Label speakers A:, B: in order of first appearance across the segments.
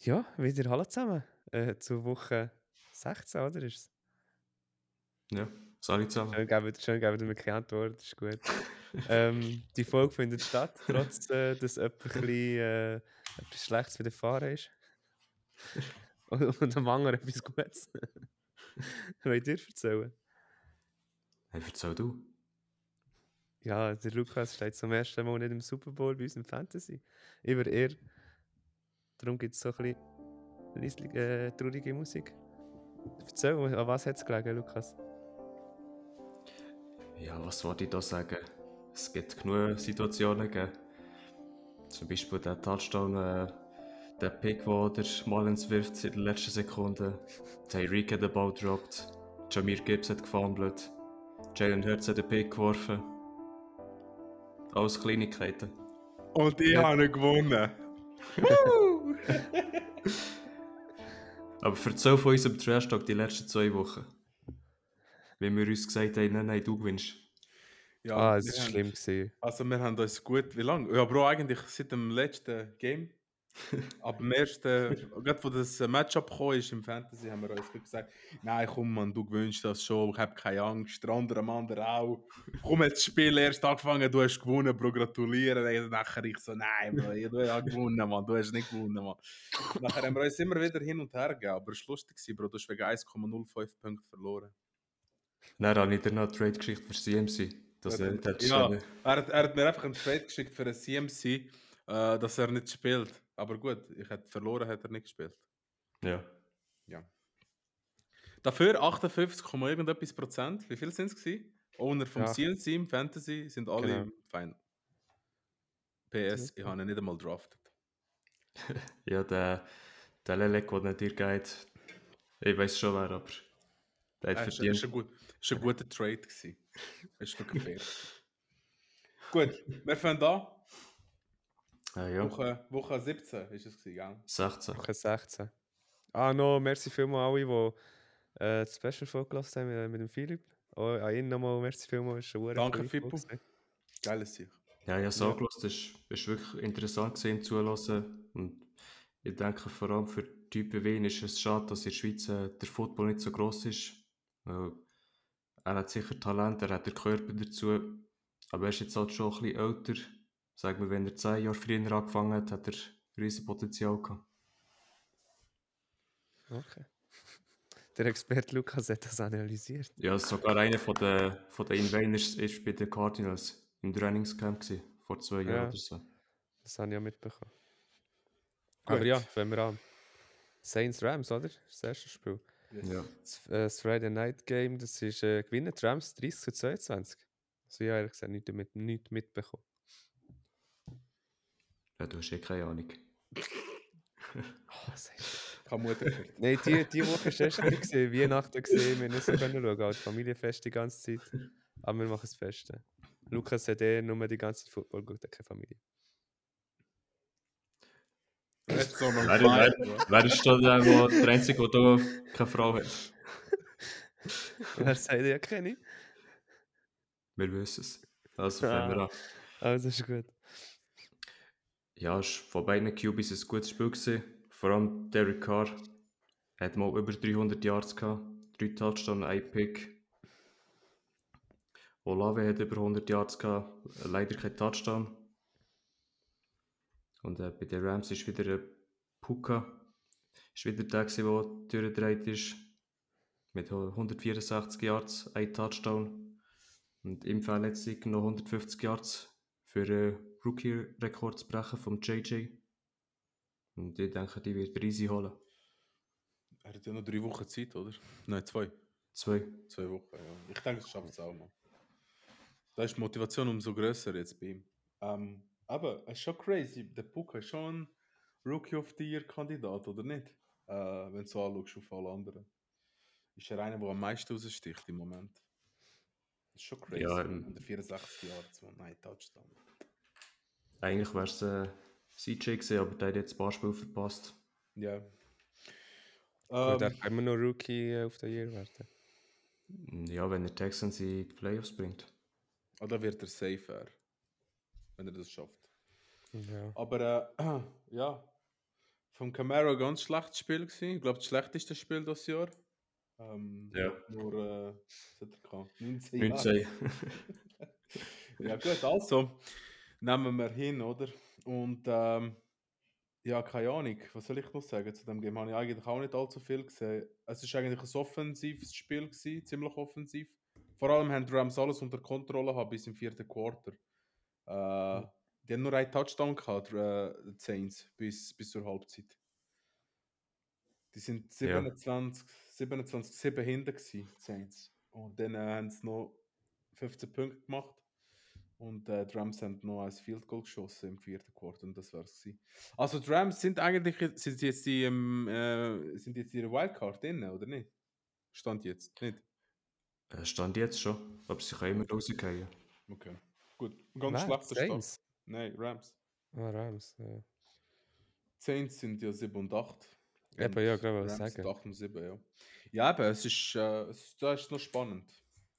A: Ja, wieder Hallo zusammen. Äh, zu Woche 16, oder ist es?
B: Ja, sorry zusammen.
A: Schön, geben- schön geben wir keine Antwort, ist gut. ähm, die Folge findet statt, trotz äh, dass jemand ein bisschen, äh, etwas Schlechtes widerfahren ist. und, und am anderen etwas Gutes. Wollt ihr erzählen?
B: Hey, erzähl du.
A: Ja, der Lukas steht zum ersten Mal nicht im Super Bowl bei uns im Fantasy. Ich war eher. Darum gibt es so ein bisschen leisli- äh, traurige Musik. Erzähl, an was hat es gelegen, Lukas?
B: Ja, was wollte ich da sagen? Es gibt genug Situationen gegeben. Zum Beispiel der Touchdown, äh, der Pick, wo der Mullins wirft in der letzten Sekunde. Tyreek hat den Ball gedroppt. Jamir Gibbs hat gefummelt. Jalen Hurts hat den Pick geworfen. Alles Kleinigkeiten.
C: Und ich habe ihn gewonnen.
B: Aber erzähl von unserem Trash-Talk die letzten zwei Wochen. Wenn wir uns gesagt haben, nein, nein, du gewinnst.
C: Ja,
A: ah, es
C: wir
A: war
C: haben-
A: schlimm. Gewesen.
C: Also wir haben uns gut, wie lange? Ja, Bro, eigentlich seit dem letzten Game. Ab dem ersten, gerade wo das Matchup gekommen ist im Fantasy, haben wir uns gesagt, nein, komm Mann, du gewünschst das schon, ich habe keine Angst, der andere Mann, der auch. Komm, jetzt das Spiel erst angefangen, du hast gewonnen, Bro, gratulieren. Dann nachher ich so, nein, Bro, ich, du hast gewonnen, Mann, du hast nicht gewonnen, Mann. Nachher haben wir uns immer wieder hin und her gegeben, aber es war lustig, gewesen, Bro, du hast wegen 1,05 Punkte verloren.
B: Dann habe ich dir noch eine Trade-Geschichte für CMC. Das,
C: Ja,
B: äh, das
C: ja.
B: ist, äh,
C: Er hat, er hat mir einfach einen Trade geschickt für ein CMC, äh, dass er nicht spielt. Aber gut, ich hätte verloren, hat er nicht gespielt.
B: ja.
C: Dafür 58, Komma irgendetwas Prozent. Wie viel sind es gewesen? Owner vom
A: Ja.
C: CMC im Fantasy sind alle
A: Genau.
C: im Final. PS, ich habe ihn nicht einmal drafted.
B: Ja, der, der Lelek, der nicht dir geht. Ich weiß schon wer, aber. Der
C: Ah,
B: hat
C: ist, ist, ein
B: verdient.
C: gut, ist ein guter Trade gewesen. Ist wirklich fair. gut, wir fangen an.
B: Ah, ja.
C: Woche, Woche 17 ist es gewesen, gell?
B: 16.
A: Woche 16. Ah, noch merci vielmals alle, die äh, das Special vorgelassen haben mit, mit dem Philipp. Oh, an ihn nochmal merci vielmals. ist eine verdammt
C: Danke,
A: coole
C: Fippo.
A: Folge gewesen.
C: Geiles Sieg.
B: Ja, ja, so gelost. Ist, ist wirklich interessant gesehen zulassen. Und ich denke, vor allem für die Typen Wien ist es schade, dass in der Schweiz äh, der Football nicht so gross ist. Weil er hat sicher Talent, er hat den Körper dazu. Aber er ist jetzt halt schon ein bisschen älter. Sagen wir, wenn er 10 Jahre früher angefangen hat, hat er riesen Potenzial gehabt.
A: Okay. Der Experte Lukas hat das analysiert.
B: Ja, sogar einer von den, von den Invaders ist bei den Cardinals im Trainingscamp gewesen, vor zwei
A: Ja.
B: Jahren oder so.
A: Das habe ich ja mitbekommen. Aber
C: Gut.
A: ja, fangen wir an. Saints Rams, oder? Das erste Spiel.
B: Ja.
A: Das, äh, das Friday Night Game, das ist äh, gewinnen die Rams 30 zu 22. Also ja, ehrlich gesagt, nichts damit, nichts mitbekommen.
B: ja, du hast eh keine Ahnung.
A: Oh, Saints.
C: Keine Mutter gehört.
A: Nein, die, die Woche war erst wieder, gewesen, Weihnachten gesehen, wir haben nicht so können schauen, also Familienfest die ganze Zeit. Aber wir machen das Feste. Lukas hat eh nur die ganze Zeit Football geschaut, hat keine Familie.
C: Jetzt so noch
B: Wer,
C: ein
B: wer, wer ist da der, wo- der Einzige, der da keine Frau hat?
A: Er sagt ja keine.
B: Wir wissen es. Also
A: Ah.
B: fangen wir an.
A: Also ist gut.
B: Ja, es war von beiden QBs ein gutes Spiel. Gewesen. Vor allem Derek Carr. Er hat mal über 300 Yards gehabt. Drei Touchdowns, ein Pick. Olave hat über 100 Yards gehabt. Leider kein Touchdown. Und äh, bei den Rams ist wieder ein Puka. Ist wieder der, gewesen, der durchgedreht ist. Mit 164 Yards, ein Touchdown. Und im Verletzung noch 150 Yards für einen Rookie-Rekord zu brechen vom JJ. Und ich denke, die wird Risi holen.
C: Er hat ja noch drei Wochen Zeit, oder? Nein, zwei.
B: Zwei.
C: Zwei Wochen, ja. Ich denke, das schafft es auch mal. Da ist die Motivation umso größer jetzt bei ihm. Ähm, aber es ist schon crazy. Der Puka ist schon ein Rookie of the Year-Kandidat, oder nicht? Äh, wenn du so anschaust auf alle anderen. Ist er einer, der am meisten raussticht im Moment. Das ist schon crazy.
B: Ja, ähm.
C: Unter 64 Jahren, zwei Nein, Touchdown.
B: Eigentlich wäre es äh, CJ gewesen, aber der hat jetzt ein paar Spiele verpasst.
C: Ja.
A: Um,
C: Ähm,
A: darf immer noch Rookie äh, auf der Year werden.
B: Ja, wenn er Texans in die Playoffs bringt.
C: ah, da wird er safer. Wenn er das schafft.
A: Ja.
C: Aber äh, ja, Vom Camaro ganz schlechtes Spiel gewesen. Ich glaube, das schlechteste Spiel dieses Jahr. Ähm,
B: Ja.
C: Nur, äh, was hat er gehabt? 19 Jahre.
B: 19.
C: Ja gut, also nehmen wir hin, oder? Und ähm, ja, keine Ahnung, was soll ich noch sagen zu dem Game? Habe ich eigentlich auch nicht allzu viel gesehen. Es ist eigentlich ein offensives Spiel gewesen, ziemlich offensiv. Vor allem haben die Rams alles unter Kontrolle gehabt bis im vierten Quarter. Äh, die haben nur einen Touchdown gehabt, äh, die Saints, bis, bis zur Halbzeit. Die sind
B: Ja.
C: 27, 27 7 hinten gewesen, die Saints. Und dann äh, haben sie noch 15 Punkte gemacht. Und äh, die Rams haben noch ein Field Goal geschossen im vierten Quarter und das war's gewesen. Also die Rams sind eigentlich sind jetzt die ähm, äh, sind jetzt ihre Wildcard drin, oder nicht? Stand jetzt, nicht?
B: Äh, Stand jetzt schon, aber sie können immer rausgehen.
C: Okay. Gut. Ganz
A: Nein,
C: schlechter Start.
A: Saints.
C: Nein, Rams.
A: Ah, Rams. Ja.
C: Saints sind ja 7 und 8.
A: Eben, ja, gerade wollte ich sagen.
C: 8 und 7, ja. Ja, eben, es ist, äh, es ist, da ist noch spannend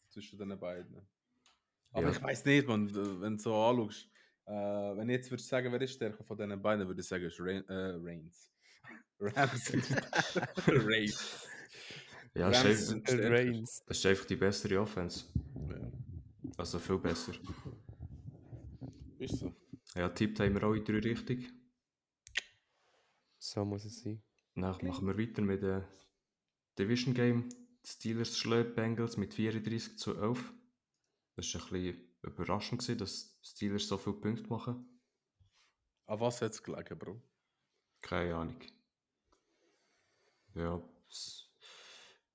C: zwischen den beiden. Aber
B: Ja.
C: ich weiß nicht, man, d- wenn du so anschaust, äh, wenn ich jetzt würde sagen, wer ist stärker von den beiden, würde ich sagen, ist Rain, äh, Reigns. Rams ist stärker. Reigns.
B: Ja,
C: Rams
B: es ist,
C: sind-
B: einfach,
C: Stärker.
A: Äh, Reigns.
B: es ist einfach die bessere Offense.
C: Ja.
B: Also viel besser.
C: Ist so.
B: Ja, tippt haben wir alle drei richtig.
A: So muss es sein.
B: Dann machen wir weiter mit dem Division Game. Die Steelers schlägt Bengals mit 34 zu 11. Das war ein bisschen überraschend, gewesen, dass die Steelers so viele Punkte machen.
C: An was hat es gelegen, Bro?
B: Keine Ahnung. Ja, s-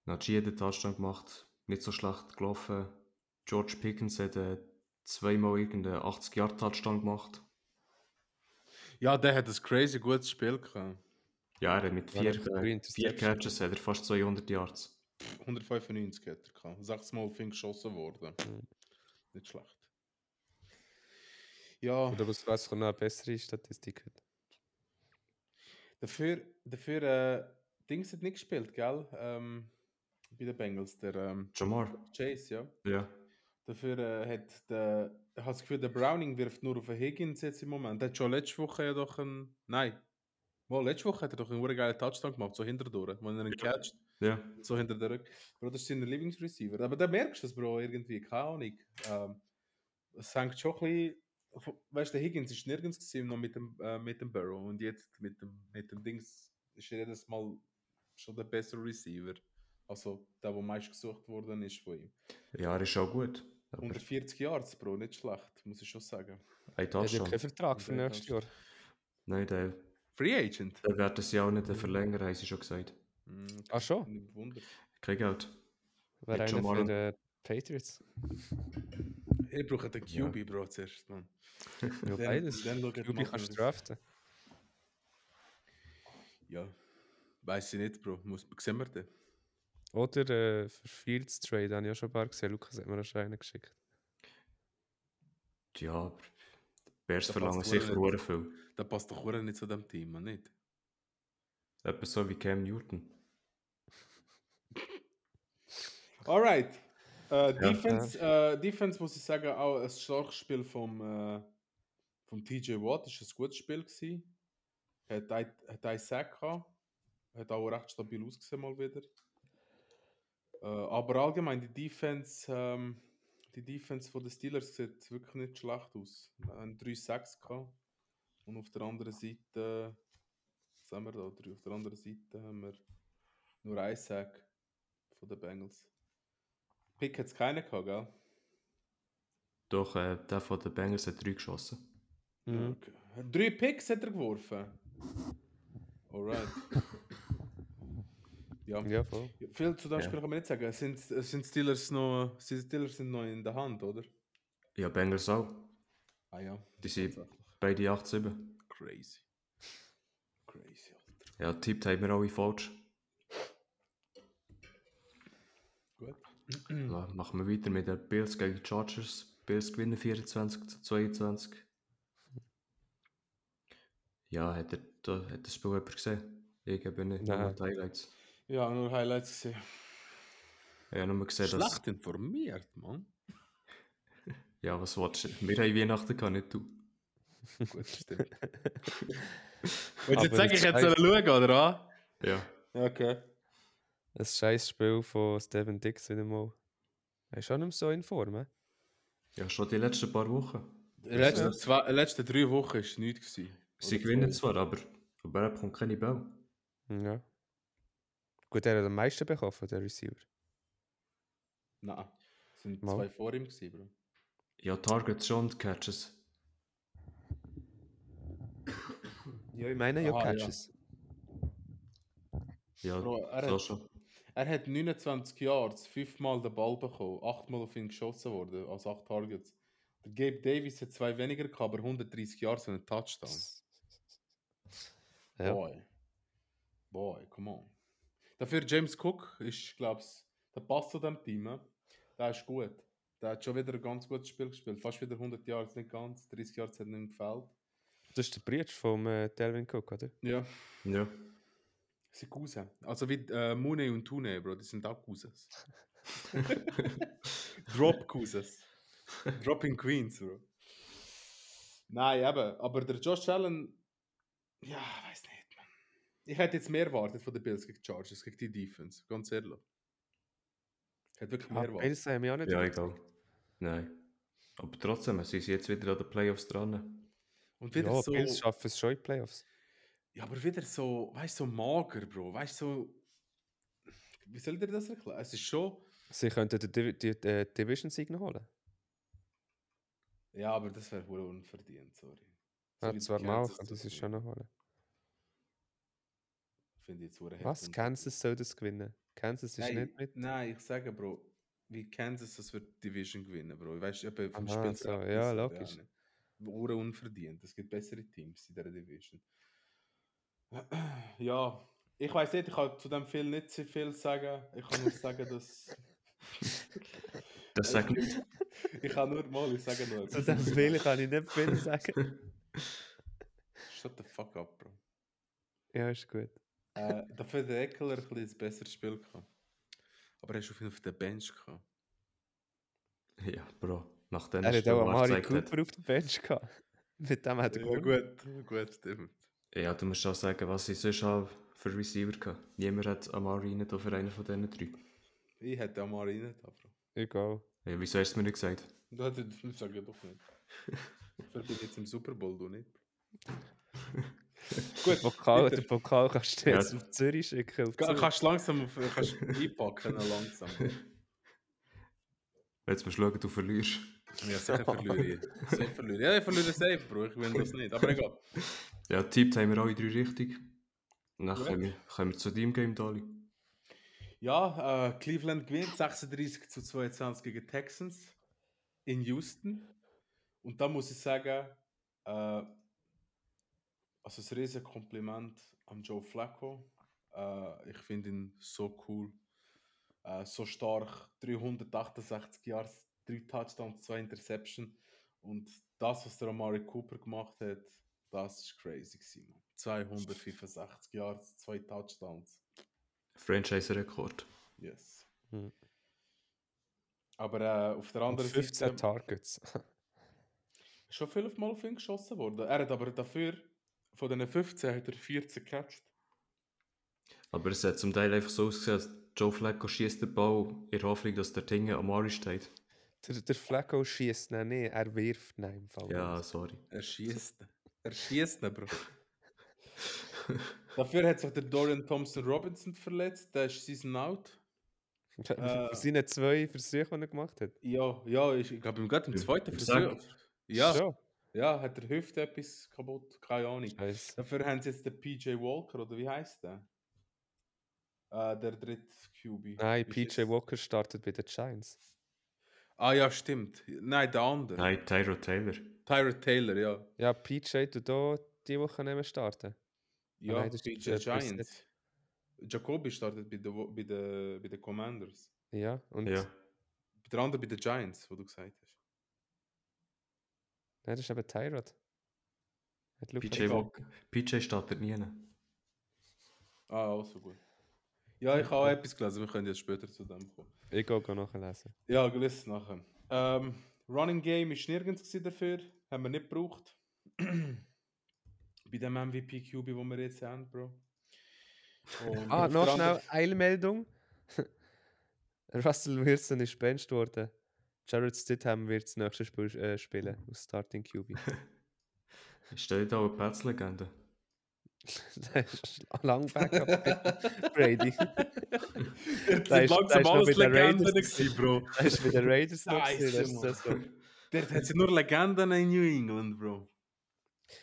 B: Najee hat den Touchdown gemacht, nicht so schlecht gelaufen. George Pickens hat äh, zweimal irgendeinen 80-Yard-Touchdown gemacht.
C: Ja, der hat ein crazy gutes Spiel gehabt.
B: Ja, er hat mit
A: War
B: vier,
A: einfach drei
B: äh, vier
A: Interceptions.
B: Catches hat er fast 200 Yards.
C: 195 hat er gehabt. Sechsmal Fink geschossen worden.
A: Mhm.
C: Nicht schlecht. Ja.
A: Oder was was kommt noch eine bessere Statistik hat.
C: Dafür, dafür äh, Dings hat nicht gespielt, gell? Ähm, bei den Bengals, der ähm,
B: Jamar.
C: Chase, ja.
B: Ja.
C: Dafür äh, hat der. Ich habe das Gefühl, der Browning wirft nur auf den Higgins jetzt im Moment. Der hat schon letzte Woche ja doch einen. Nein. Mal, letzte Woche hat er doch einen verdammt geilen Touchdown gemacht, so hinterdurch, wenn er ihn catcht,
B: Ja.
C: so hinter der Rück. Bro, das ist sein Lieblingsreceiver. Aber da merkst du es, Bro, irgendwie, keine Ahnung. Ähm, es hängt schon ein bisschen. Weißt du, der Higgins ist nirgends gesehen, noch mit dem, äh, mit dem Burrow. Und jetzt mit dem, mit dem Dings ist er jedes Mal schon der bessere Receiver. Also der, der meist gesucht worden ist von ihm.
B: Ja, er ist auch gut. Aber
C: 140 Yards, Bro, nicht schlecht, muss ich schon sagen.
B: ein
A: Er hat ja
B: Touchdown.
A: keinen Vertrag für
C: Okay,
A: nächstes Jahr.
B: Nein, der,
C: Free Agent?
B: der wird das ja auch
C: Mhm.
B: nicht verlängern, haben sie schon gesagt. halt,
C: Mm,
A: Ah, schon?
C: nicht Wunder.
B: Kein Geld.
A: Wäre
B: Mit
A: einer
B: Jamar.
A: für die Patriots.
C: Ich brauche den
B: Ja.
C: QB, Bro, zuerst, Mann.
A: Ja,
C: Dann-
A: beides.
C: dann schaut
A: Ruby
C: nachher,
A: kannst du
C: was-
A: draften.
C: Ja. Weiß ich nicht, Bro. Muss, sehen wir den?
A: Oder äh, für Fields Trade habe ich ja schon ein paar gesehen. Lukas hat mir das schon einen geschickt.
B: Ja, aber die Bears
C: Da
B: verlangen
C: passt
B: sicher
C: Warren
B: sehr viel.
C: Der passt doch auch nicht zu dem Team, Mann, nicht?
B: Etwas so wie Cam Newton.
C: Alright. Äh,
B: Ja.
C: Defense, Äh, Defense muss ich sagen, auch ein starkes Spiel vom, äh, vom TJ Watt. Ist ein gutes Spiel gewesen. Hat ein, hat einen Sack gehabt. Hat auch recht stabil ausgesehen mal wieder. Äh, aber allgemein, die Defense, ähm, die Defense von den Steelers sieht wirklich nicht schlecht aus. Wir haben 3-6 gehabt. Und auf der anderen Seite, was haben wir da? Drei- Auf der anderen Seite haben wir nur einen Sack von den Bengals. Pick hat es keinen gehabt, gell?
B: Doch, äh, der von den Bengals hat drei geschossen.
C: Ja, Okay. Drei Picks hat er geworfen. Alright. ja.
A: Ja, voll.
C: Viel zu dem
B: Ja.
C: Spiel kann man nicht sagen. Sind, sind Steelers noch. Sind Steelers sind noch in der Hand, oder?
B: Ja, Bengals auch.
C: Ah ja.
B: Die sind
C: Tatsächlich.
B: beide 8-7.
C: Crazy. Crazy, Alter.
B: Ja, tippt haben wir alle falsch.
C: Gut.
B: Ja, machen wir weiter mit den Bills gegen die Chargers. Bills gewinnen 24 zu 22. Ja, hat, er, da, hat das Spiel jemand gesehen? Ich habe nicht nur
A: Nein.
B: die Highlights.
C: Ja, nur Highlights gesehen.
B: Ich habe nur gesehen, dass...
C: Schlecht informiert, Mann.
B: Ja, was willst du? Wir haben Weihnachten gehabt, nicht du.
C: Gut, stimmt. Willst du
A: Aber
C: jetzt sagen,
A: das
C: ich hätte
A: heisst-
C: sollen schauen, oder? Ah?
B: Ja.
C: Okay.
A: Ein scheiß Spiel von Steven Dix wieder mal. Er ist auch nicht mehr so in Form. hä?
B: Ja, schon die letzten paar Wochen.
C: In den letzten, zwei, letzten drei Wochen war nichts. gewesen.
B: Sie
C: Oder
B: gewinnen
C: so.
B: zwar, aber, aber er bekommt keine Bälle.
A: Ja. Gut, er hat am meisten bekommen, der Receiver.
C: Nein. Es sind
A: Mal.
C: zwei vor ihm, gewesen, Bro.
B: Ja, Targets schon und Catches.
A: Ja, ich meine, ja,
C: Ah, ja.
A: Catches.
B: Ja,
C: Bro, er
B: das
C: hat-
B: schon.
C: Er hat 29 Yards, fünfmal den Ball bekommen, achtmal auf ihn geschossen worden, als acht Targets. Der Gabe Davis hat zwei weniger gehabt, aber 130 Yards und einen Touchdown.
A: Ja.
C: Boy. Boy, come on. Dafür James Cook ist, glaube ich, der passt zu dem Team. eh? Der ist gut. Der hat schon wieder ein ganz gutes Spiel gespielt. Fast wieder 100 Yards, nicht ganz. 30 Yards hat ihm gefällt.
A: Das ist der Bridge vom äh, Delvin Cook, oder?
C: Ja.
B: Ja.
C: Sie sind Cousins. Also wie äh, Mune und Tune, Bro, die sind auch Cousins. Drop Cousins. Dropping Queens, Bro. Nein, eben. Aber der Josh Allen, ja, weiß nicht, man. Ich hätte jetzt mehr erwartet von den Bills gegen die Chargers, gegen die Defense, ganz ehrlich. Ich hätte wirklich mehr
A: Ah,
C: erwartet.
A: Bales haben wir auch nicht.
B: Ja,
A: überzeugt.
B: egal. Nein. Aber trotzdem, sie sind jetzt wieder an den Playoffs dran.
C: Und wieder
A: Ja,
C: so.
A: Bales schaffen es schon in die Playoffs.
C: Ja, aber wieder so, weißt du, so mager, Bro. Weißt du, so. Wie soll ich dir das erklären? Es ist schon.
A: Sie könnten den Divi die, äh, Division Sieg noch holen.
C: Ja, aber das wäre wohl unverdient, sorry. So wie
A: Ja,
C: die
A: zweimal,
C: Kansas
A: können
C: das
A: sie es
C: tun.
A: schon noch holen.
C: Finde ich jetzt hure
A: Was?
C: heftig.
A: Kansas soll das gewinnen? Kansas ist
C: Nein,
A: nicht mit.
C: Nein, ich sage, Bro, wie Kansas das wird die Division gewinnen, Bro. Weißt du, eben vom
A: Aha,
C: Spiel
A: so, ja, logisch.
C: Ure unverdient. Es gibt bessere Teams in dieser Division. Ja, ich weiß nicht, ich kann zu dem Film nicht so viel sagen. Ich kann nur sagen, dass.
B: Das sagt nicht.
C: Ich kann nur mal, ich sage nur.
A: Zu dem Spiel kann ich nicht viel sagen.
C: Shut the fuck up, Bro.
A: ja, ist gut.
C: Äh, dafür hat der Eckler ein, bisschen ein besseres Spiel gehabt. Aber er ist auf jeden Fall auf der Bench gehabt.
B: Ja, Bro. Nach dem
A: Er hat
B: Spiel,
A: auch
B: wo er
A: Amari
B: gezeigt hat-
A: Cooper auf der Bench gehabt. Mit dem hat er
C: Ja,
A: gewonnen.
C: gut, gut, stimmt.
B: Ja, du musst auch sagen, was ich sonst habe für Receiver gehabt. Niemand hat Amari rein da für einen von diesen drei.
C: Ich hätte auch mal rein, da, Bro.
A: Egal.
B: Ja, wieso hast du es mir nicht gesagt?
C: Du hättest das sagen doch nicht. Dafür bin ich jetzt im Super Bowl, du nicht. Gut,
A: Pokal,
C: weiter.
A: den Pokal kannst du jetzt
B: Ja.
A: auf Zürich schicken. Auf
C: Ka-
A: Zürich.
C: kannst du langsam auf, kannst du einpacken, langsam.
B: Jetzt musst du schauen, du verlierst.
C: Ja, sicher verliere ich. Sicher verliere ich. Ja, ich verliere safe, Bro. Ich will das nicht. Aber egal.
B: Ja, tippt haben wir alle drei richtig. Und dann
C: Gut.
B: kommen wir, kommen wir zu deinem Game, Dali.
C: Ja, äh, Cleveland gewinnt 36 zu 22 gegen Texans in Houston. Und da muss ich sagen, äh, also ein riesen Kompliment an Joe Flacco. Äh, ich finde ihn so cool, äh, so stark. 368 Yards, 3 Touchdowns, 2 Interception. Und das, was der Amari Cooper gemacht hat, das ist crazy gewesen. Mann. 265 Yards, 2 Touchdowns.
B: Franchise-Rekord.
C: Yes.
A: Mhm.
C: Aber äh, auf der
A: Und
C: anderen
A: 15
C: Seite
A: Targets.
C: ist schon fünfmal auf ihn geschossen worden. Er hat aber dafür, von diesen 15 hat er 14 gecatcht.
B: Aber es hat zum Teil einfach so ausgesehen, als Joe Flacco schießt den Ball in der Hoffnung, dass der Dinge Amari steht.
A: der, der Flacco schießt nein, nee, er wirft nein im Fall.
B: Ja, sorry.
C: Er schießt. Er schießt ihn, Bro. dafür hat sich der Dorian Thompson Robinson verletzt. Der ist Season out.
A: Für
C: Äh.
A: seine zwei Versuche, die er gemacht hat.
C: Ja, ja, ich ich glaube, im gerade im
B: Ja,
C: zweiten
B: ich
C: Versuch. Ja,
A: Schon.
C: ja, hat der Hüfte etwas kaputt? Keine Ahnung.
A: Scheiße.
C: Dafür haben sie jetzt den PJ Walker, oder wie heißt der? Äh, der dritte QB.
A: Nein,
C: Ist
A: PJ
C: jetzt-
A: Walker startet bei den Giants.
C: Ah ja, stimmt. Nein, der andere.
B: Nein, Tyro Taylor.
C: Tyrod Taylor, ja.
A: Ja, PJ, du da die Woche nicht mehr starten.
C: Ja,
A: nein, das ist
C: bei
A: der
C: den
A: Brissett.
C: Giants. Jacoby startet bei den Wo- bei den- bei den Commanders.
A: Ja, und
B: Ja.
C: Bei der andere bei den Giants, wo du gesagt hast.
A: Nein, das ist eben Tyrod. Hat Luke
B: PJ,
A: Walker-
B: Walker- PJ startet nie. rein.
C: Ah, auch so gut. Ja, ich habe auch etwas gelesen, wir können jetzt später zu dem kommen.
A: Ich gehe nachlesen.
C: Ja, gelesen nachher. Ähm, Running Game ist nirgends gewesen dafür, haben wir nicht gebraucht. bei dem MVP-QB, den wir jetzt haben, Bro. Und
A: Ah,
C: auf
A: noch
C: der
A: schnell
C: anderen-
A: Eilmeldung. Russell Wilson ist benched worden. Jared Stidham wird das nächste Spiel äh, spielen, aus Starting QB.
B: Ist der nicht auch eine Pets-Legende?
A: das ist lang Backup. Brady.
C: Jetzt
A: Da
C: sind
A: ist- da
C: langsam
A: ist noch
C: alles
A: mit den
C: Legenden
A: Raiders
C: gewesen, Bro.
A: Er ist bei den Raiders noch
C: Scheiße,
A: gewesen,
C: Mann.
A: letzte Saison.
C: Dort hat sie nur Legenden in New England, Bro.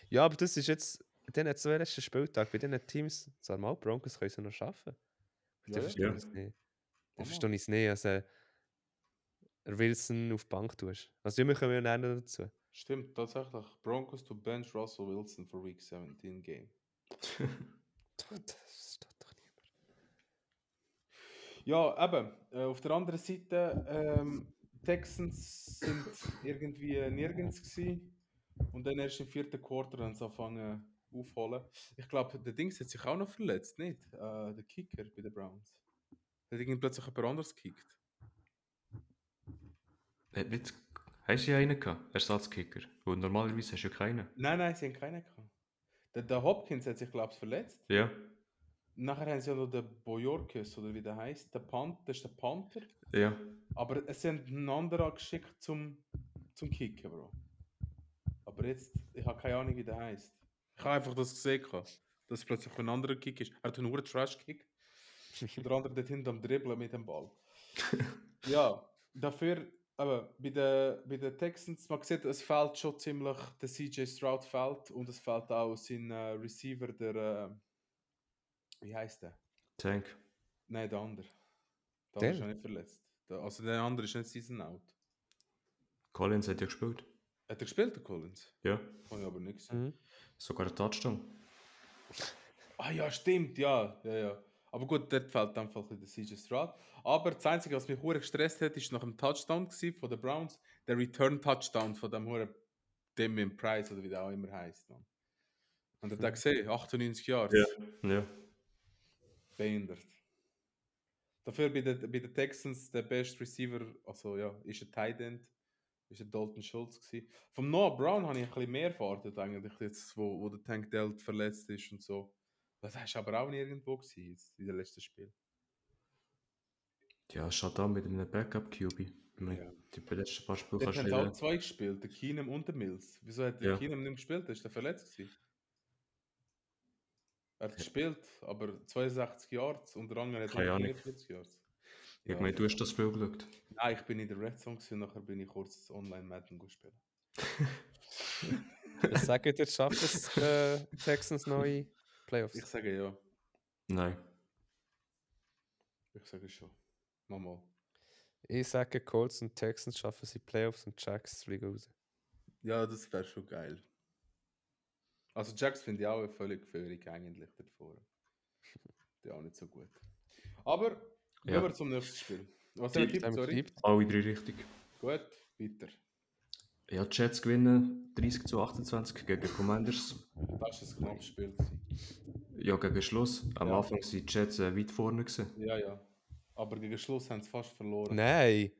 A: Ja, aber das ist jetzt, dann hat zwei letzten Spieltag bei diesen Teams, sag mal, die Broncos können es noch schaffen. Da
C: Ja, ja.
A: verstehe
B: Ja.
A: ich es nicht. Da
C: Hammer.
A: verstehe ich es nicht. Also, er Wilson auf die Bank tust. Also, ja, wir kommen ja nachher noch dazu.
C: Stimmt, tatsächlich. Broncos to bench Russell Wilson for Week 17 Game.
A: Das steht doch niemand.
C: Ja, eben. Äh, auf der anderen Seite, ähm, Texans sind irgendwie nirgends gewesen. Und dann erst im vierten Quarter haben sie angefangen aufholen. Ich glaube, der Dings hat sich auch noch verletzt, nicht? Äh, der Kicker bei den Browns. Hat irgendwie plötzlich jemand anders gekickt.
B: Hat nicht- Hast du ja einen gehabt? Ersatzkicker. Weil normalerweise hast du ja keinen.
C: Nein, nein, sie haben keinen gehabt. Der, der Hopkins hat sich, glaube ich, verletzt.
B: Ja.
C: Nachher haben sie ja noch den Bojorkes, oder wie der heißt. Der Panther, das ist der Panther.
B: Ja.
C: Aber es sind einen anderen geschickt zum, zum Kicken, Bro. Aber jetzt, ich habe keine Ahnung, wie der heißt. Ich habe einfach das gesehen, gehabt, dass es plötzlich ein anderer Kick ist. Er hat einen hohen Trash-Kick. Und der andere dort hinten am Dribbeln mit dem Ball. ja, dafür, aber bei den, bei den Texans, man sieht, es fällt schon ziemlich, der CJ Stroud fällt und es fällt auch sein äh, Receiver, der, äh, wie heißt der?
B: Tank.
C: Nein, der andere. Der
A: Der?
C: andere ist noch nicht verletzt. Der, also der andere ist nicht Season Out.
B: Collins hat ja gespielt.
C: Hat er gespielt, der Collins?
B: Ja.
C: Habe ich aber nicht gesehen.
A: Mhm.
B: Sogar ein Touchdown.
C: Ah ja, stimmt, ja, ja, ja. Aber gut, dort fällt dann einfach ein bisschen der CJ Stroud. Aber das Einzige, was mich hure gestresst hat, ist nach dem Touchdown gewesen von den Browns, der Return-Touchdown von dem hure Damien Price oder wie der auch immer heißt. Man. Und er hat
A: Mhm.
C: den gesehen, 98 Jahre.
B: Ja. Ja.
C: behindert. Dafür bei den, bei den Texans der beste Receiver, also ja, ist ein Tight End, ist ein Dalton Schultz gewesen. Vom Noah Brown habe ich ein bisschen mehr erwartet eigentlich jetzt, wo, wo der Tank Delt verletzt ist und so. Das ist aber auch nirgendwo gewesen jetzt in den letzten Spielen.
B: Ja, schaut an mit einem Backup-QB.
C: Ja.
B: Ja. Die letzten paar Spiele
C: Dort
B: kannst du
C: haben
B: nicht
C: auch
B: wählen.
C: zwei gespielt, der Keenum und der Mills. Wieso hat der
B: Ja.
C: Keenum nicht gespielt? Ist der verletzt gewesen? Er hat gespielt, aber 62 Yards und der andere hat
B: Keine Ahnung.
C: 49 Yards.
B: Ich meine, du hast das Spiel geschaut.
C: Nein, Ah, ich bin in der Red Zone gewesen, nachher bin ich kurz online Madden gespielt.
A: Mhm. Was sagt ihr, schafft es äh, Texans neue
C: Ich
A: Playoffs?
C: sage ja,
B: Nein.
C: ich sage schon. Mama.
A: Ich sage, Colts und Texans schaffen sie Playoffs und Jacks fliegen raus.
C: Ja, das wäre schon geil. Also Jax finde ich auch völlig fähig eigentlich davor. Der auch nicht so gut. Aber
B: Ja.
C: gehen wir zum nächsten Spiel. Was
A: Dann
C: haben wir tippt, sorry?
A: bleibt-
B: Alle drei richtig.
C: Gut, weiter.
B: Ja, die Jets gewinnen 30 zu 28 gegen Commanders.
C: Das ist ein knappes Spiel. gewesen.
B: Ja, gegen Schluss. Am
C: Ja.
B: Anfang waren die Jets äh, weit vorne. Gewesen.
C: Ja, ja. Aber gegen Schluss haben sie fast verloren.
A: Nein!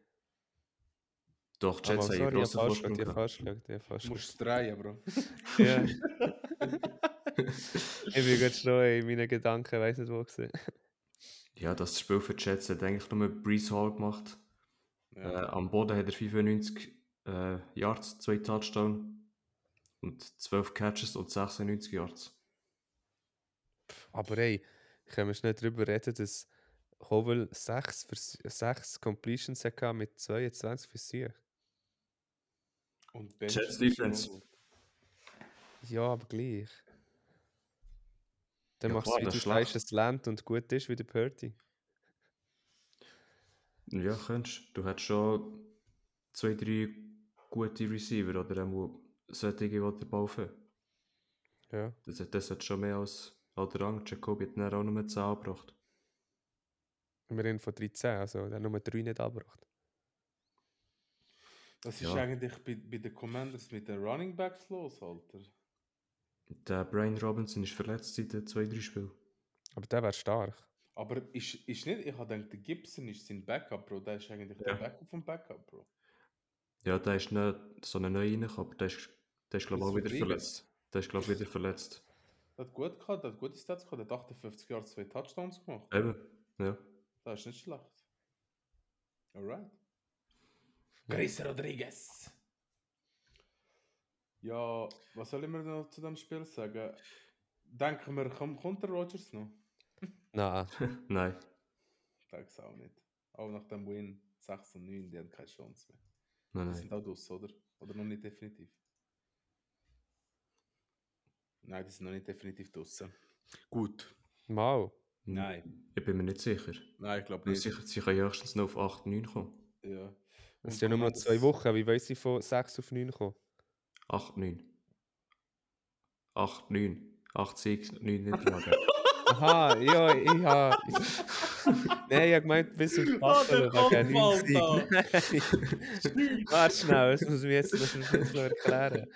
B: Doch, die
A: Aber
B: Jets haben einen
A: sorry, ich
B: grossen
A: habe falsch geschaut,
B: Vorsprung.
A: ich habe
B: gehabt.
A: falsch geschaut, ich habe falsch
C: Du
A: geschaut.
C: musst drehen, Bro.
A: Ja. ich bin gerade schon in meinen Gedanken, weiss nicht wo gewesen.
B: Ja, das Spiel für die Jets hat eigentlich nur Breeze Hall gemacht. Äh, am Boden hat er 95 äh, Yards, 2 Touchdowns und 12 Catches und 96 Yards.
A: Aber hey, können wir schnell darüber reden, dass Howell 6, Vers 6 Completions hatte mit 22 Versuchen.
C: Und Bench
B: Jets
C: ist
B: Defense.
C: schon-
A: Ja, aber gleich. Dann
B: Ja,
A: machst
B: klar,
A: du, wie
B: das
A: du
B: ist
A: sagst,
B: schlecht.
A: es lernt und gut ist, wie der Purdy.
B: Ja, könntest. Du hast schon zwei, drei gute Receiver oder auch solche, die den Ball fangen.
A: Ja.
B: Das, hat- das hat schon mehr als Adrang. Jacobi hat dann auch nur 10 angebracht.
A: Wir reden von 13, also der hat nur 3 nicht abgebracht.
C: Das ist
B: Ja.
C: eigentlich bei, bei den Commanders mit den Running Backs los, Alter.
B: Der Brian Robinson ist verletzt seit den zwei, drei Spielen.
A: Aber der wäre stark.
C: Aber ist, ist nicht, ich habe gedacht, der Gibson ist sein Backup, Bro. Der ist eigentlich der
B: Ja.
C: Backup vom Backup, Bro.
B: Ja, da ist nicht so eine neue reingekommen, aber der ist, der ist glaube ich, auch
C: Ist
B: wieder
C: verblieben.
B: verletzt. Der ist, glaube ich, wieder verletzt.
C: Der hat gut gehabt, der hat gute Stats gehabt. Der hat 58 Yards, zwei Touchdowns gemacht.
B: Eben, ja.
C: Das ist nicht schlecht. Alright. Chris Rodriguez. Ja, was soll ich mir noch zu dem Spiel sagen? Denken wir, komm- kommt der Rogers noch?
A: Nein,
B: Nein.
C: Ich denke es auch nicht. Auch nach dem Win 6 und 9, die haben keine Chance mehr.
B: Nein,
C: Die
B: nein.
C: sind auch draus, oder? Oder noch nicht definitiv? Nein, die sind noch nicht definitiv draußen. Gut.
A: mal.
C: Nein.
B: Hm. Ich bin mir nicht sicher.
C: Nein, ich glaube
B: Weil
C: nicht.
B: Sie, sie können höchstens noch auf 8, 9 kommen.
C: Ja.
A: Es
C: Und
A: sind ja nur noch
C: Commanders-
A: zwei Wochen. Wie weiss ich von 6 auf 9 kommen?
B: 8, 9. 8, 9. 8, 6, 9 nicht tragen.
A: Aha, ja, ich habe. Nein, ich habe gemeint, bis auf Buffalo
C: der
A: wegen
C: Kopfball
A: Nein. Warte schnell, das muss ich mir jetzt das muss ich mir jetzt noch erklären.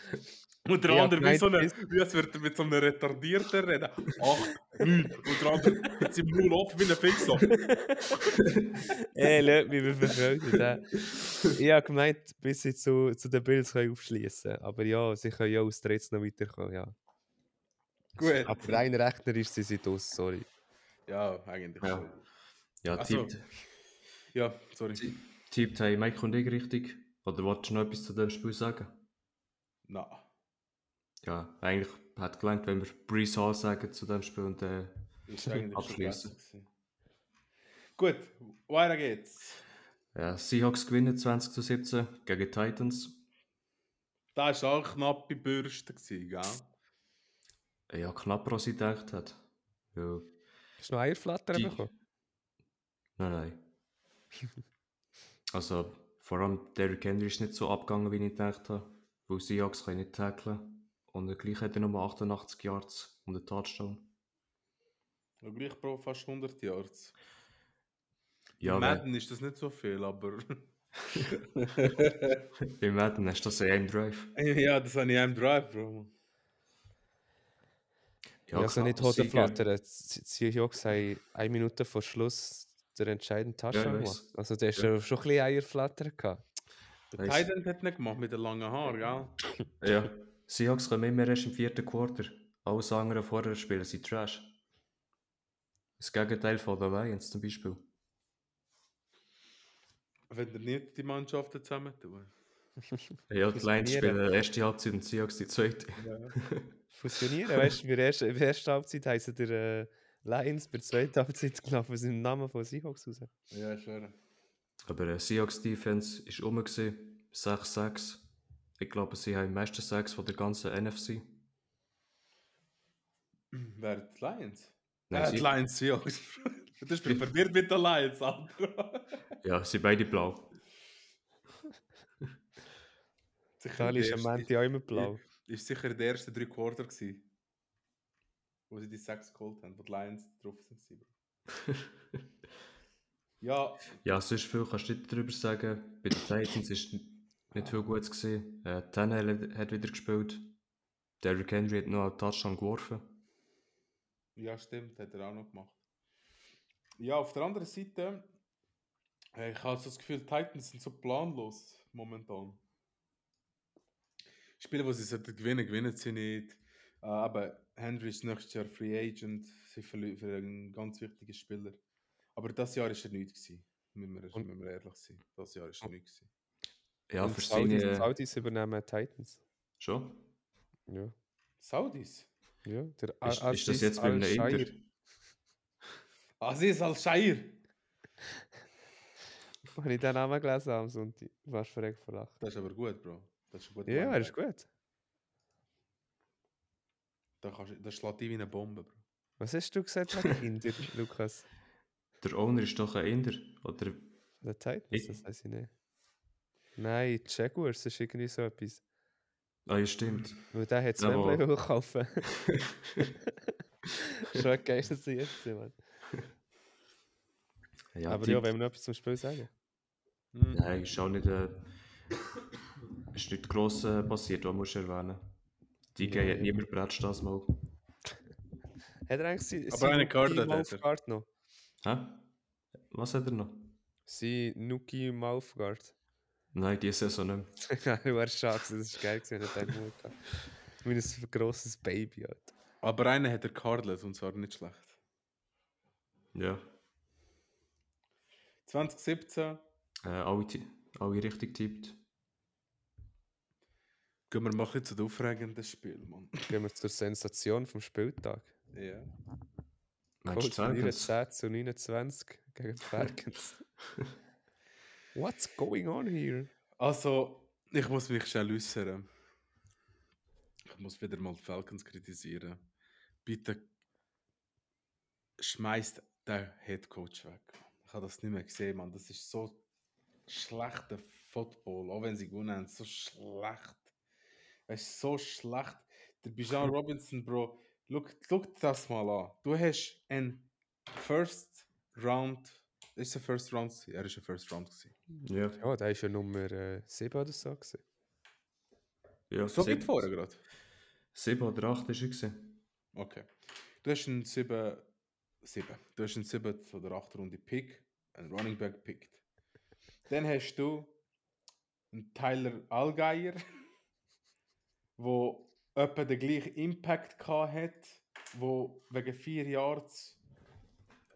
C: Und der
A: Ja,
C: andere wie
A: nein,
C: so eine,
A: das-
C: wie als würde er mit so einem Retardierten reden. Ach, nichts. Und der andere mit seinem Maul offen wie ein Fixer.
A: Ey, lass mich, wie verfreut Ich habe gemeint, bis sie zu, zu den Bills können aufschliessen Aber ja, sie können ja aus der Ritz noch weiterkommen, ja.
C: Gut.
A: Aber rein rechnerisch sind sie aus, sorry.
C: Ja, eigentlich
B: Ja.
C: schon.
B: Ja,
C: Ach so.
B: tippt.
C: Ja, sorry.
B: Tippt haben Mike und ich richtig. Oder wolltest du noch etwas zu dem Spiel sagen?
C: Na.
B: Ja, eigentlich hat gelangt, wenn wir Breeze Hall sagen zu dem Spiel und äh,
C: Ist eigentlich schon
B: Abschliessen.
C: besser gewesen. Gut, weiter geht's.
B: ja, Seahawks gewinnen 20 zu 17 gegen die Titans.
C: Das war auch knappe Bürste, gewesen, gell?
B: Ja, knapper als ich gedacht hätte. Ja,
A: Hast du noch Eierflatter
B: Die-
A: bekommen?
B: nein, nein. also, vor allem Derrick Henry ist nicht so abgegangen, wie ich gedacht habe. Weil Seahawks können nicht tackeln. Und gleich hat er nochmal 88 Yards und einen Touchdown.
C: Und gleich pro fast 100 Jahre.
B: Ja,
C: Madden ist das nicht so viel, aber.
B: weil- im Madden hast du das ein Drive.
C: ja, das habe ich im Drive, Bro.
A: Ja, also nicht
B: knapper Sieg, ja.
A: Hodenflatter. Seahawks haben eine Minute vor Schluss den entscheidenden
B: ich
A: Touchdown
B: weiss.
A: gemacht. Also der ist
B: Ja.
A: ja. schon ein bisschen Eierflatter gehabt.
C: Der
B: Weiss.
C: Titan hat nicht gemacht mit den langen Haaren, gell?
B: Ja. Seahawks kommen immer erst im vierten Quarter. Alles andere vorher spielen sie Trash. Das Gegenteil von den Lions zum Beispiel.
C: Wenn ihr nicht die Mannschaften zusammentun.
B: Ja, die Lions
A: Fusionieren.
B: spielen die erste Halbzeit und die Seahawks die zweite.
A: Fusionieren, weißt du, bei der ersten- bei der ersten Halbzeit heißen der äh, Lions, bei der zweiten Halbzeit gelaufen sind im Namen von Seahawks raus.
C: Ja, ich schwöre.
B: Aber die Seahawks Defense ist rum. gewesen. 6-6. Ich glaube, sie haben die meisten Sacks von der ganzen NFC.
C: Wer die Lions?
B: Nein,
C: äh,
B: sie,
C: die Lions, ja. Das bin verwirrt mit den Lions, Alter.
B: ja, sie beide blau.
A: Da ist am Ende auch immer blau.
C: ist sicher der erste drei Quarter gsi, wo sie die sechs geholt haben, wo die Lions drauf sind. gewesen, Bro. ja,
B: Ja, sonst viel kannst du nicht darüber sagen. Bei den Titans ist n- nicht viel Gutes gesehen. Äh, Tannehill hat wieder gespielt. Derrick Henry hat noch einen Touchdown geworfen.
C: ja, stimmt, hat er auch noch gemacht. Ja, auf der anderen Seite, äh, ich habe so das Gefühl, die Titans sind so planlos momentan. Spiele, wo sie sollten gewinnen, gewinnen sie nicht. Äh, aber Henry ist nächstes Jahr Free Agent, sie verli- verlieren einen ganz wichtigen Spieler. Aber das Jahr war er nichts, gewesen, müssen wir,
A: Und-
C: müssen wir ehrlich sein. Das Jahr ist er nichts. Gewesen.
B: Ja,
A: Und
B: für
A: die Saudis- die
B: seine...
A: Saudis übernehmen die Titans.
B: Schon?
A: Ja.
C: Saudis?
A: ja. Der
B: Ist,
A: Al-
B: ist das
A: Aziz
B: jetzt bei einem
A: Al-Shair.
B: Inder?
C: Aziz Al-Shair.
A: Habe ich den Namen gelesen am Sonntag? Warst du verreckt vor Lachen?
C: Das ist aber gut, Bro. Das ist ein guter
A: Ja, er
C: Linebacker.
A: ist gut.
C: Da, kannst, du- da schlägt dich wie eine Bombe, Bro.
A: Was hast du gesagt wegen Inder, Lukas?
B: Der Owner ist doch ein Inder. Oder...
A: Der Titans,
B: Ich-
A: das weiß ich nicht. Nein, Jaguars ist irgendwie so etwas.
B: Ah, ja, stimmt.
A: Weil der hat zwei
B: Jawohl.
A: Blöcke kaufen. Schon geil, dass sie jetzt sind, Mann.
B: Ja,
A: Aber
B: die-
A: ja, wenn wir noch etwas zum Spiel sagen. Hm.
B: Nein, ist auch nicht... Äh, ist nicht gross äh, passiert, was musst du erwähnen. Die
A: Nein.
B: hat niemand bratscht das mal.
A: Hat er eigentlich sein,
C: Aber einen gehört hat, hat er.
A: Mouthguard noch?
B: Hä? Was hat er noch?
A: Sein Nuki Mouthguard.
B: Nein, diese Saison nicht mehr.
A: Ja, du warst schade, das ist geil gewesen, wenn er den Mut hatte. wie ein grosses Baby. Alter.
C: Aber einen hat er gehandelt und zwar nicht schlecht.
B: Ja.
C: 2017
B: Äh, alle, ti- alle richtig tippt.
C: gehen wir mal ein bisschen zu den aufregenden Spielen, Mann.
A: Gehen wir zur Sensation vom Spieltag.
C: Ja.
B: Meinst
A: Colts
B: du Falcons?
A: 10 zu 29 gegen die Falcons. What's going on here?
C: Also, ich muss mich schnell äußern. Ich muss wieder mal die Falcons kritisieren. Bitte schmeißt den Head Coach weg. Ich habe das nicht mehr gesehen, Mann. Das ist so schlechter Football. Auch wenn sie gewonnen haben, so schlecht. Es ist so schlecht. Der Bijan Robinson, Bro, look, look das mal an. Du hast einen First Round. Ist er First Round? gewesen? Er ist ein First Round. gewesen.
B: Ja.
A: Ja, der ist ja Nummer äh, 7 oder so. Gewesen.
B: ja.
C: So weit
B: sieben-
C: vorher gerade.
B: Sieben oder acht war er. gewesen.
C: Okay. Du hast einen 7, 7. Du hast einen 7 oder 8 Runde Pick, einen Running Back pickt. Dann hast du einen Tyler Allgeier, wo etwa den gleichen Impact gehabt hat, wo wegen 4 Yards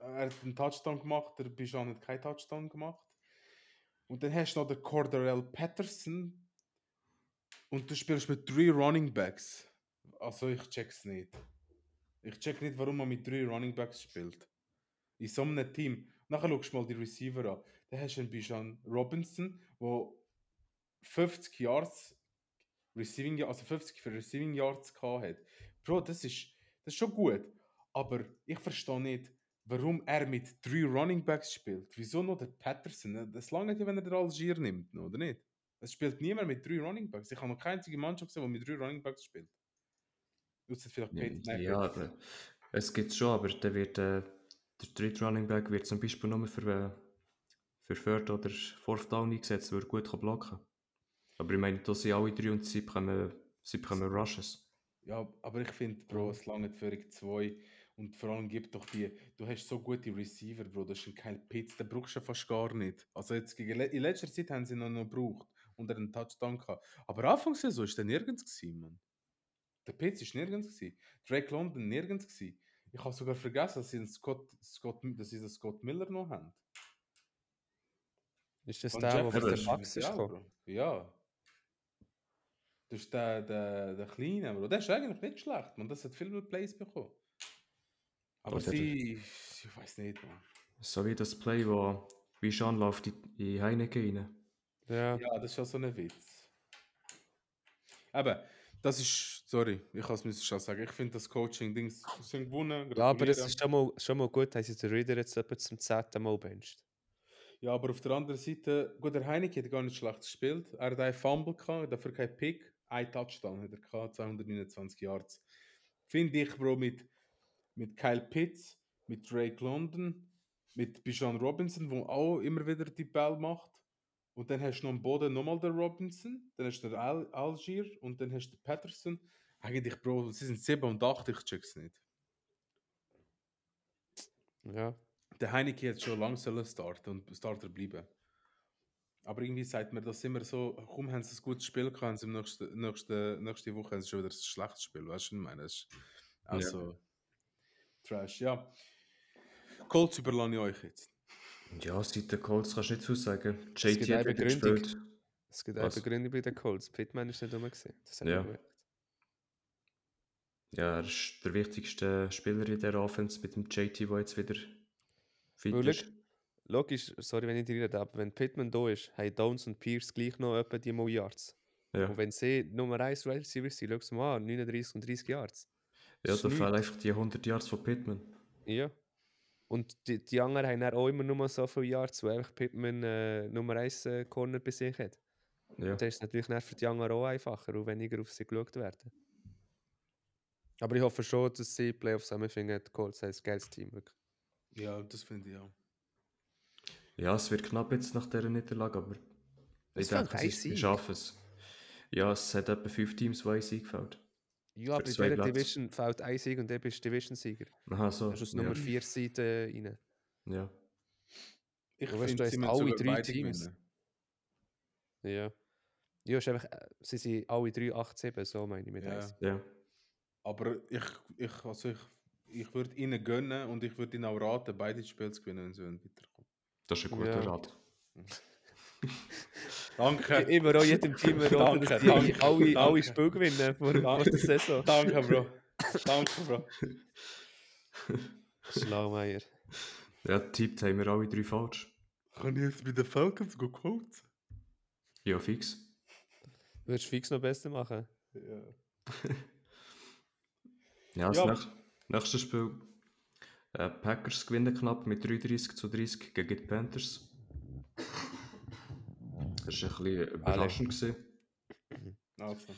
C: äh, er hat einen Touchdown gemacht, der Bijan hat keinen Touchdown gemacht. Und dann hast du noch den Cordarell Patterson und du spielst mit drei Running Backs. Also ich check's nicht. Ich check nicht, warum man mit drei Running Backs spielt. In so einem Team. Nachher schaust du mal die Receiver an. Da hast du einen Bijan Robinson, wo 50 Yards Receiving, also 50 für Receiving Yards gehabt hat. Bro, das ist, das ist schon gut. Aber ich verstehe nicht, warum er mit drei Running Backs spielt. Wieso nur der Patterson? Das lange ja, wenn er den Algier nimmt, oder nicht? Es spielt niemand mit drei Running Backs. Ich habe noch keine einzige Mannschaft gesehen, die mit drei Running Backs spielt. Ausser vielleicht Peyton Manning.
B: Ja, aber es gibt schon, aber der wird äh, der dritte Running Back wird zum Beispiel nur für, äh, für Third oder Fourth Down eingesetzt, weil er gut kann blocken kann. Aber ich meine, da sind alle drei und sie bekommen, sie bekommen Rushes.
C: Ja, aber ich finde, Bro, es lange für zwei. Und vor allem gibt doch die, du hast so gute Receiver, Bro, das ist ein Kyle Pitts, den brauchst du fast gar nicht. Also jetzt gegen, le- in letzter Zeit haben sie ihn noch, noch gebraucht und er einen Touchdown gehabt. Aber Anfangssaison ist der nirgends gewesen, Mann. Der Pitts ist nirgends gewesen. Drake London nirgends gewesen. Ich habe sogar vergessen, dass sie den Scott, Scott, dass sie den Scott Miller noch haben.
A: Ist das
C: Von
A: der, der
C: Jefferson
A: von der
B: ist-
A: Max ist
C: ja,
A: gekommen?
C: Bro. Ja. Das ist der, der, der Kleine, Bro. Der ist eigentlich nicht schlecht, man. Das hat viel mehr Plays bekommen. Aber
B: Das hat er.
C: sie. Ich weiß nicht, man.
B: So wie das Play, wo Bijan läuft in, in Heineken rein.
A: Ja,
C: Ja, das ist ja so ein Witz. Aber das ist. Sorry, ich kann es schon sagen. Ich finde das Coaching-Dings. Sie sind gewonnen.
A: ja aber es
C: gratulieren.
A: ist schon mal, schon mal gut, dass sie den Reader jetzt etwa zum 10. Mal bencht.
C: Ja, aber auf der anderen Seite, gut, der Heineke hat gar nicht schlecht gespielt. Er hat einen Fumble gehabt, dafür kein Pick, ein Touchdown hat er gehabt, 229 Yards. Finde ich, Bro, mit, mit Kyle Pitts, mit Drake London, mit Bijan Robinson, wo auch immer wieder die Ball macht. Und dann hast du noch am Boden nochmal den Robinson, dann hast du den Al Algier und dann hast du den Patterson. Eigentlich, Bro, sie sind 7 und 8, ich check's nicht.
A: Ja.
C: Der Heineke hat schon lange sollen starten und Starter bleiben. Aber irgendwie sagt mir das immer so, komm, haben sie ein gutes Spiel gehabt, haben sie im nächsten, nächsten, nächste Woche haben sie schon wieder ein schlechtes Spiel, weißt du, was ich meine, das ist also Trash, ja. Colts überlasse ich euch jetzt.
B: Ja, seit den Colts kannst du nicht zusagen.
A: gibt
B: JT
A: eine
B: hat wieder
A: Begründung.
B: gespielt.
A: Es gibt eine
B: Was?
A: Begründung bei den Colts. Pittman ist nicht rum. gewesen. Das hat
B: Ja.
A: man gemerkt.
B: Ja, er ist der wichtigste Spieler in der Offense mit dem JT, der jetzt wieder fit
A: Weil
B: ist.
A: schau- Logisch, sorry, wenn ich dir rede, aber wenn Pittman da ist, haben Downs und Pierce gleich noch etwa die mal Yards.
B: Ja,
A: Und wenn sie Nummer 1 Wide Receiver sind, schau mal an, 39 und 30 Yards.
B: ja
A: ist
B: da
A: nichts.
B: fehlen einfach die 100 Yards von Pittman.
A: Ja. Und die, die anderen haben dann auch immer nur so viele Yards, wo einfach Pittman äh, Nummer 1 äh, Corner bei sich hat.
B: Ja.
A: Und dann ist es natürlich dann für die anderen auch einfacher und weniger auf sie geschaut werden. Aber ich hoffe schon, dass sie die Playoffs zusammenfinden. Die Colts haben ein geiles Team. Wirklich.
C: Ja, das finde ich auch.
B: ja, es wird knapp jetzt nach dieser Niederlage, aber
A: Es
B: ich
A: fehlt
B: denke,
A: ein
B: sie- sie
A: Sieg.
B: schaffen es. Ja, es hat etwa fünf Teams, die ein Sieg gefällt.
A: Ja, aber in
B: zwei
A: dieser
B: Plätze.
A: Division fällt ein Sieg und dann bist du Division-Sieger.
B: Aha, so.
A: Das ist aus
B: ja.
A: Nummer 4 Seite rein.
B: ja.
C: Ich
A: Aber weißt du,
C: finde,
A: da
C: sie
A: haben
C: müssen
A: alle
C: sogar
A: drei
C: beide
A: Teams.
C: gewinnen.
A: Ja. Ja, ist einfach, äh, sie sind alle drei 8-7, so meine ich mit
C: Ja.
A: eins.
B: Ja.
C: Aber ich, ich, also ich, ich würde ihnen gönnen und ich würde ihnen auch raten, beide Spiele zu gewinnen, wenn sie wollen weiterkommen.
B: Das ist ein guter
A: Ja.
B: Rat.
A: Ja,
C: Danke.
A: Immer auch jedem Team erwarten, dass die
C: Danke, danke,
A: alle, alle
C: danke.
A: Spiele gewinnen vor, vor
C: Danke.
A: der Saison.
C: Danke, Bro. Danke, Bro.
A: Schlaumeier.
B: Ja, tippt haben wir alle drei falsch.
C: Kann ich jetzt mit den Falcons go coachen?
B: Ja, fix.
A: Würdest du fix noch besser machen?
C: Ja.
B: Ja, das
C: Ja.
B: näch- nächste Spiel. Äh, Packers gewinnen knapp mit 33 zu 30 gegen die Panthers. Das war ein bisschen überraschend. Gewesen.
C: Also.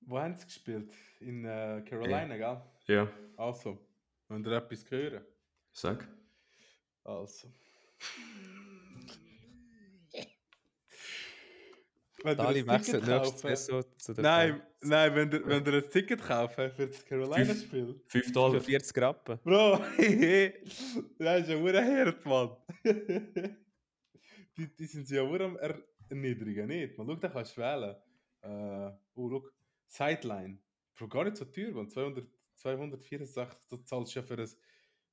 C: Wo haben sie gespielt? In äh, Carolina, gell?
B: Ja,
C: Also, wenn ihr etwas hören.
B: sag.
C: Also. Wenn ihr
A: Dali
C: ein Ticket
A: wechselt nächste
C: kaufen-
A: Saison zu den
C: Nein, nein, wenn ihr, wenn ihr ein Ticket kauft für das
B: Fünf-
C: Carolina-Spiel.
B: 5
A: Für
B: Dollar.
A: 40 Rappen.
C: Bro, das ist ja hure hart, Mann. die, die sind ja hure am er erniedrigen, nicht? Man, schau, da kannst du wählen. Äh, oh, schau. Sideline. Bro, gar nicht so teuer, man. 200, 264, du zahlst ja für ein,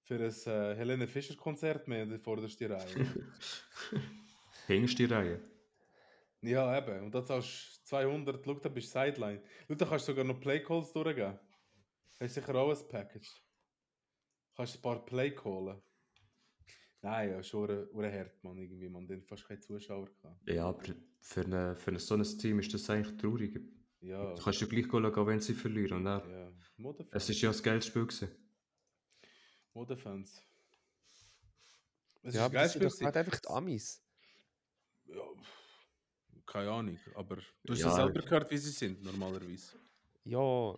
C: für ein äh, Helene Fischer-Konzert mehr in der vordersten Reihe.
B: Hängst die Reihe.
C: ja, eben. Und da zahlst du 200, schau, da bist du Sideline. Schau, da kannst du sogar noch Playcalls durchgeben. Hast sicher auch ein Package. Kannst ein paar Play callen. Nein, ja, schon ein ein hart, Mann, irgendwie, man, den fast keine Zuschauer gehabt.
B: Ja, aber für, eine, für ein so ein Team ist das eigentlich traurig.
C: Ja,
B: Du kannst ja gleich schauen, auch wenn sie verlieren. Und dann,
C: ja.
B: Es
C: Modefans.
B: war ja ein geiles Spiel. Gewesen.
C: Modefans. Es
A: Ja,
C: ist ein
A: aber das sind
C: geiles Spiel.
A: doch gerade
C: gewesen.
A: einfach die Amis.
C: Ja, pff, keine Ahnung, aber du hast
B: Ja,
C: ja selber gehört, wie sie sind, normalerweise.
A: Ja,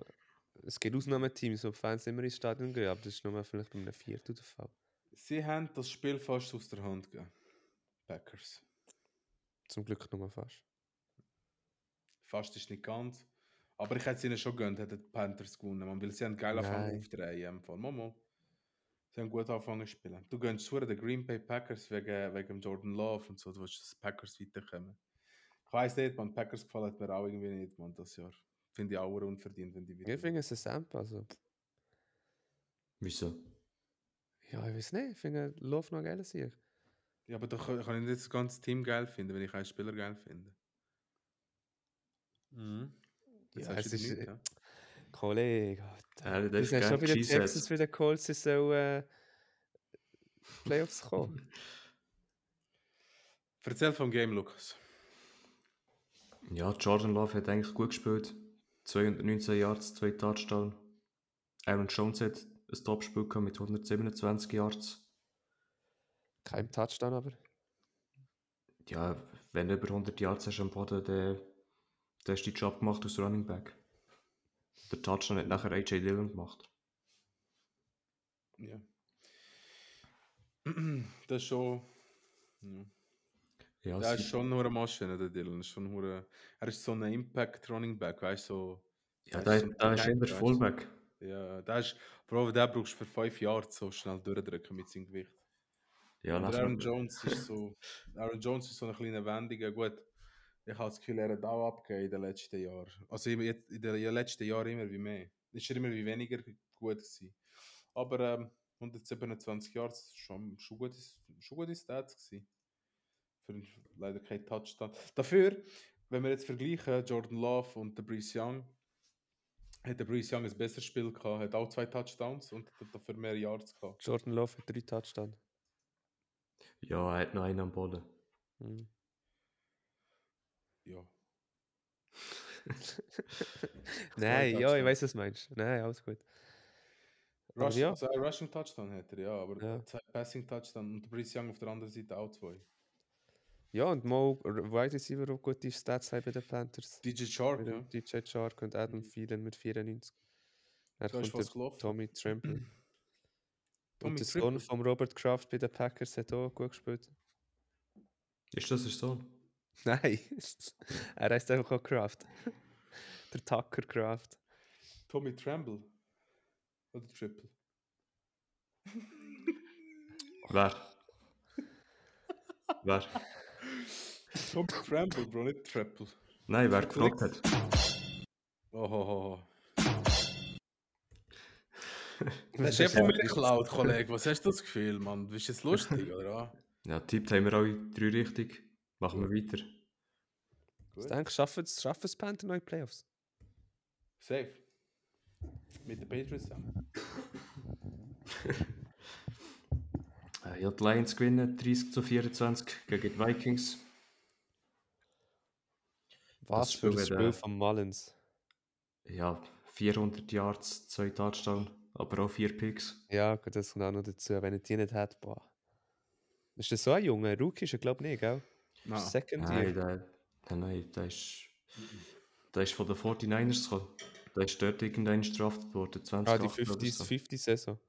A: es gibt Ausnahmeteams, wo die Fans immer ins Stadion gehen, aber das ist nur vielleicht bei einem Viertel der Fall.
C: Sie haben das Spiel fast aus der Hand gegeben. Packers.
A: Zum Glück nur fast.
C: Fast ist nicht ganz. Aber ich hätte es ihnen schon gönnt, hätten die Panthers gewonnen. Man, weil sie haben geil angefangen
A: Nein.
C: aufdrehen. im Fall. Momo. Sie haben gut angefangen zu spielen. Du gönnst zu den Green Bay Packers wegen, wegen Jordan Love und so. Du willst, dass die Packers weiterkommen. Ich weiss nicht, man, die Packers gefallen hat mir auch irgendwie nicht, man, das Jahr. Finde ich auch unverdient, wenn die
A: Ich finde es ein Sample. Also,
B: Wieso?
A: ja, ich weiß nicht. Ich finde Love noch geil Sieg.
C: Ja, aber da kann kann ich nicht das ganze Team geil finden, wenn ich einen Spieler geil finde. Mhm. Das
A: Ja,
C: hast
A: es
C: du dir
A: ist- äh,
C: nicht, ja?
A: Kollege, Gott.
B: Äh, der
A: Das
B: ist
A: sind schon
B: gerne
A: wieder die
B: Cheeseheads.
A: Texans für den Colts, sie sollen äh, Playoffs kommen.
C: Erzähl vom Game, Lukas.
B: Ja, Jordan Love hat eigentlich gut gespielt. 219 Yards, 2 Touchdowns. Aaron Jones hat ein Topspiel gehabt mit 127 Yards.
A: Kein Touchdown, aber
B: Ja, wenn du über 100 Yards hast am Boden, dann dann hast du den Job gemacht als Running Back. Der Touchdown hat nachher AJ Dillon gemacht.
C: Ja. Das ist schon. Ja.
B: Ja,
C: Der
B: sie-
C: ist schon nur eine Maschine, der Dylan. Ist schon hure- er ist so ein Impact-Running-Back, weißt du? So,
B: ja
C: der
B: da,
C: ist so
B: da ist
C: klein,
B: eher
C: weißt du.
B: Fullback.
C: ja, der ist, Bro, den brauchst du für fünf Jahre so schnell durchdrücken mit seinem Gewicht.
B: Ja,
C: Und
B: nachher,
C: Aaron Jones ist so. Aaron Jones ist so eine kleine Wendige. Gut, ich habe das Gefühl, er hat auch abgegeben in den letzten Jahren. Also immer- jetzt- in den in den letzten Jahren immer wie mehr. Ist er immer wie weniger gut gewesen. Aber ähm, 127 Jahre ist schon, schon gute, schon gute Stats gewesen. Für einen- leider kein Touchdown. Dafür, wenn wir jetzt vergleichen, Jordan Love und der Brees Young, hat der Brees Young ein besseres Spiel gehabt, hat auch zwei Touchdowns und hat dafür mehr Yards gehabt.
A: Jordan Love hat drei Touchdowns.
B: ja, er hat noch einen am Boden.
A: Mhm.
C: Ja.
A: Nein, ja, ich
C: Touchdowns.
A: weiß, was du meinst. Nein, alles gut. Aber
C: Rush,
A: ja.
C: also ein Rushing Touchdown hat er, ja, aber
A: Ja.
C: zwei Passing Touchdown und der Brees Young auf der anderen Seite auch zwei.
A: Ja, und Mo R- Wide Receiver, die gute Stats haben bei den Panthers.
C: DJ Shark,
A: Mit
C: ja.
A: dem DJ Shark und Adam Phelan mit 94. Dann
C: Da ist
A: kommt der
C: was gelaufen.
A: Tommy Trample.
C: Tommy
A: und der Sohn
C: Trippel.
A: von Robert Kraft bei den Packers hat auch gut gespielt.
B: Ist das so?
A: Nein, er heißt einfach auch Kraft. Der Tucker Kraft.
C: Tommy Tremble. Oder Triple.
B: Wer? Wer?
C: Tommy Tremble, Bro, nicht Triple.
B: Nein, wer gefragt hat.
C: Ohoho. Das ist einfach mit Cloud, Kollege. Was hast du das Gefühl, Mann? Ist das lustig, oder?
B: Ja, tippt haben wir alle drei richtig. Machen wir weiter.
A: Ich denke, schaffen es schaffen es Panther neue Playoffs?
C: Safe. Mit den Patriots zusammen.
B: Äh, ja, die Lions gewinnen 30 zu 24 gegen die Vikings.
A: Was für ein
B: Spiel,
A: Spiel
B: äh,
A: von Mullins.
B: Ja, 400 Yards, 2 Touchdowns, aber auch 4 Picks.
A: Ja, gut, das kommt auch noch dazu. Wenn er die nicht hat, boah. Ist das so ein Junge? Rookie ist er, glaube ich, nicht, gell?
C: Nein.
A: Second
B: Nein,
A: Year.
B: der, nein, nein, der ist, der ist von den 49ers gekommen. Der ist dort irgendein straft worden, 20
A: Ah, die 50s, 50 Saison.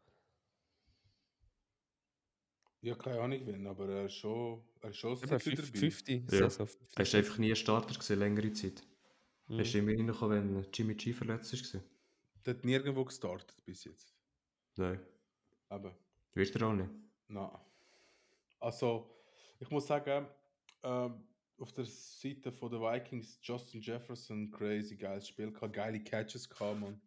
C: Ja, keine Ahnung, wenn, aber er ist schon. Er ist schon
A: Eben,
C: sehr gut
A: 50
C: dabei.
A: 50
B: Ja.
A: Saison.
B: Er ist einfach nie ein Starter gewesen, längere Zeit.
A: Mhm.
B: Er ist immer reingekommen, wenn Jimmy G verletzt war.
C: Der hat nirgendwo gestartet bis jetzt.
B: Nein,
C: Aber.
B: wird er auch nicht.
C: Nein. Also, ich muss sagen, ähm, auf der Seite von der Vikings, Justin Jefferson, crazy geiles Spiel gehabt, geile Catches gehabt, man.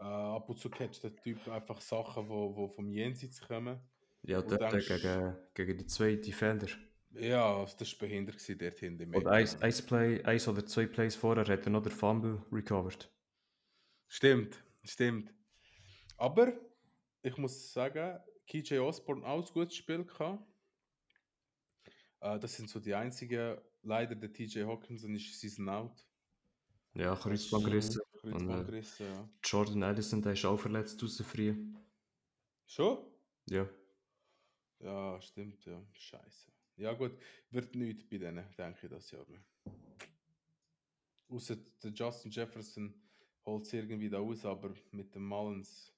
C: Äh, ab und zu catcht der Typ einfach Sachen, wo, wo vom Jenseits kommen.
B: Ja,
C: Und
B: dort
C: dann
B: äh,
C: ist-
B: gegen, gegen die zwei Defender.
C: Ja, also das war behindert gewesen dort hinten. im
B: Und
C: Eck.
B: eins, eins, Play, eins oder zwei Plays vorher hat er noch den Fumble recovered.
C: Stimmt, stimmt. Aber ich muss sagen, KJ Osborne auch ein gutes Spiel gehabt. Äh, das sind so die einzigen. Leider der TJ Hawkinson ist Season out.
B: Ja, Kreuzband
A: Mhm.
B: gerissen.
C: Kreuzband
B: äh,
C: gerissen, ja.
B: Jordan Addison, der ist auch verletzt rausgefroren.
C: Schon?
B: Ja.
C: Ja, stimmt, ja. Scheiße. Ja, gut, wird nichts bei denen, denke ich, das Jahr mehr. Außer der Justin Jefferson holt es irgendwie da aus, aber mit dem Mullins.